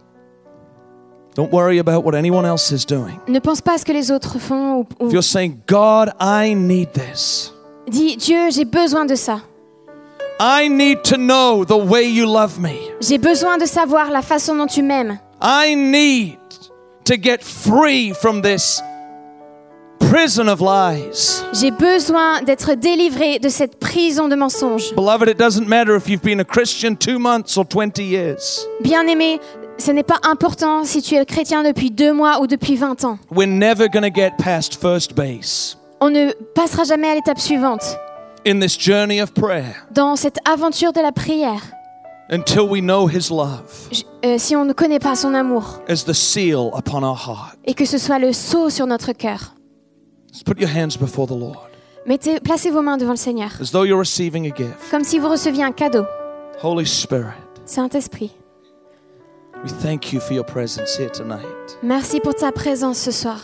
Don't worry about what anyone else is doing. Ne pense pas à ce que les autres font ou, ou- If you're saying, God, I need this, dis Dieu, j'ai besoin de ça. I need to know the way you love me, J'ai besoin de savoir la façon dont tu m'aimes. I need to get free from this prison of lies. J'ai besoin d'être délivré de cette prison de mensonges. Beloved, it doesn't matter if you've been a Christian two months or 20 years. Bien-aimé, ce n'est pas important si tu es chrétien depuis deux mois ou depuis 20 ans. We're never going to get past first base On ne passera jamais à l'étape suivante in this journey of prayer dans cette aventure de la prière until we know His love je- euh, si on ne connaît pas son amour as the seal upon our heart. et que ce soit le sceau sur notre cœur. Let's put your hands before the Lord Mettez, placez vos mains devant le Seigneur, as though you're receiving a gift. comme si vous receviez un cadeau. Holy Spirit, Saint-Esprit, we thank you for your presence here tonight. merci pour ta présence ce soir.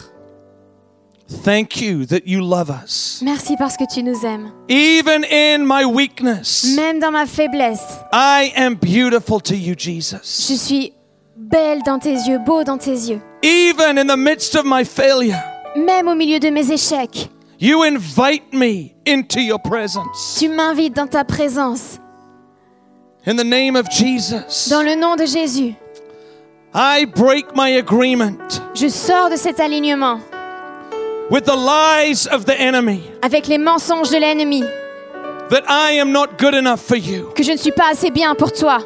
Thank you that you love us. Merci parce que tu nous aimes. Even in my weakness, Même dans ma faiblesse, I am beautiful to you, je Jesus. suis belle dans tes yeux, beau dans tes yeux. Even in the midst of my failure, Même au milieu de mes échecs, You invite me into your presence. tu m'invites dans ta présence. In the name of Jesus, Dans le nom de Jésus, I break my agreement je sors de cet alignement with the lies of the enemy avec les mensonges de l'ennemi, that I am not good enough for you, que je ne suis pas assez bien pour toi,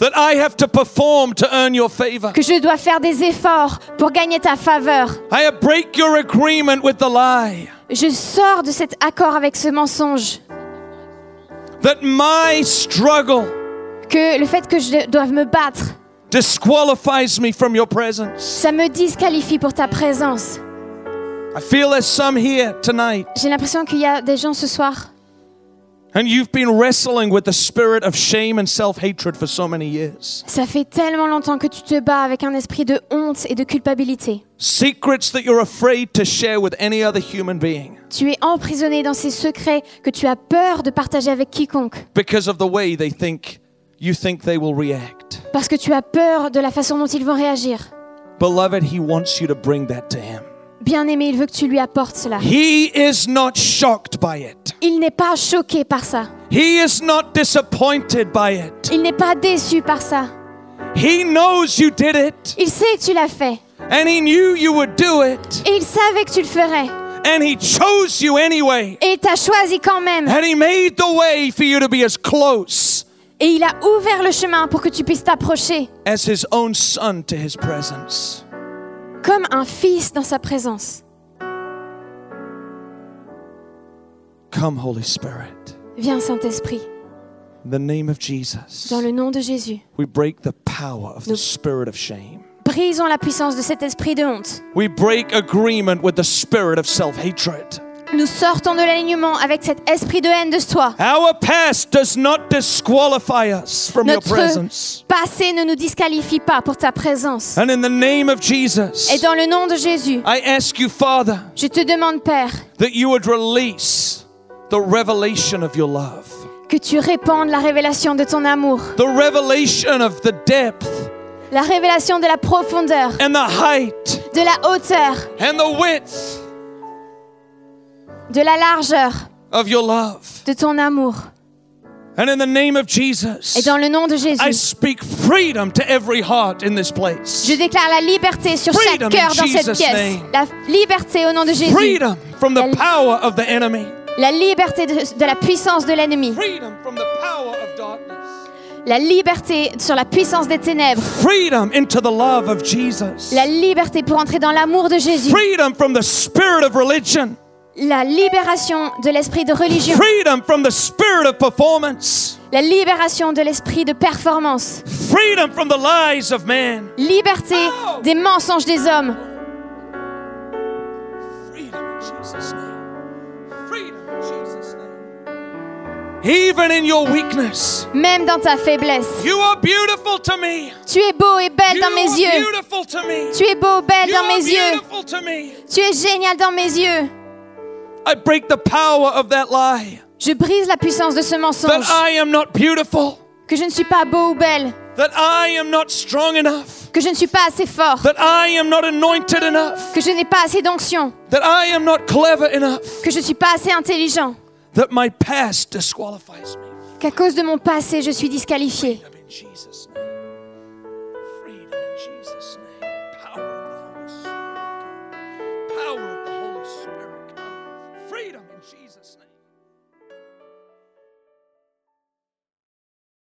that I have to perform to earn your favor. que je dois faire des efforts pour gagner ta faveur. I break your agreement with the lie Je sors de cet accord avec ce mensonge, that my struggle que le fait que je doive me battre, disqualifies me from your presence. ça me disqualifie pour ta présence. I feel there's some here tonight, J'ai l'impression qu'il y a des gens ce soir and you've been wrestling with the spirit of shame and self hatred for so many years. Ça fait tellement longtemps que tu te bats avec un esprit de honte et de culpabilité. secrets that you're afraid to share with any other human being Tu es emprisonné dans ces secrets que tu as peur de partager avec quiconque, because of the way they think you think they will react. parce que tu as peur de la façon dont ils vont réagir. Beloved, he wants you to bring that to him. Bien-aimé, il veut que tu lui apportes cela. He is not shocked by it. Il n'est pas choqué par ça. He is not disappointed by it. Il n'est pas déçu par ça. He knows you did it. Il sait que tu l'as fait. And he knew you would do it. Et il savait que tu le ferais. And he chose you anyway. Et il t'a choisi quand même. And he made the way for you to be as close Et il a ouvert le chemin pour que tu puisses t'approcher as his own son to his presence. comme un fils dans sa présence. Come, Holy Spirit. Viens Saint-Esprit, In the name of Jesus, dans le nom de Jésus. we break the power of the Nous- spirit of shame. Brisons la puissance de cet esprit de honte. We break agreement with the spirit of self hatred. Nous sortons de l'alignement avec cet esprit de haine de soi. Our past does not disqualify us from your Notre presence. passé ne nous disqualifie pas pour ta présence. And in the name of Jesus, Et dans le nom de Jésus, I ask you, Father, je te demande, Père, that you would release the revelation of your love, que tu répandes la révélation de ton amour, the revelation of the depth la révélation de la profondeur, and the height de la hauteur, and the width de la largeur of your love. de ton amour. And in the name of Et Jesus, dans le nom de I Jésus, speak freedom to every heart in this place. je déclare la liberté sur chaque Freedom in cœur dans cette Jesus' pièce. name. La liberté au nom de Jésus. Freedom from the power of the enemy. La liberté de, de la puissance de l'ennemi. Freedom from the power of darkness. La liberté sur la puissance des ténèbres. Freedom into the love of Jesus. La liberté pour entrer dans l'amour de Jésus. Freedom from the spirit of religion. La libération de l'esprit de religion. Freedom from the spirit of performance. La libération de l'esprit de performance. Freedom from the lies of man. Liberté des mensonges des hommes. Freedom in Jesus' name. Freedom in Jesus' name. Even in your weakness, Même dans ta faiblesse. you are beautiful to me. Tu es beau et belle You dans mes are yeux. beautiful to me. Tu es beau, belle You dans are mes yeux. beautiful to me. Tu es génial dans mes yeux. I break the power of that lie Je brise la puissance de ce that mensonge. I am not beautiful, Que je ne suis pas beau ou belle. that I am not strong enough, Que je ne suis pas assez fort. that I am not anointed enough, Que je n'ai pas assez d'onction. that I am not clever enough, Que je ne suis pas assez intelligent. that my past disqualifies me. Qu'à cause de mon passé, je suis disqualifié. Freedom in Jesus' name.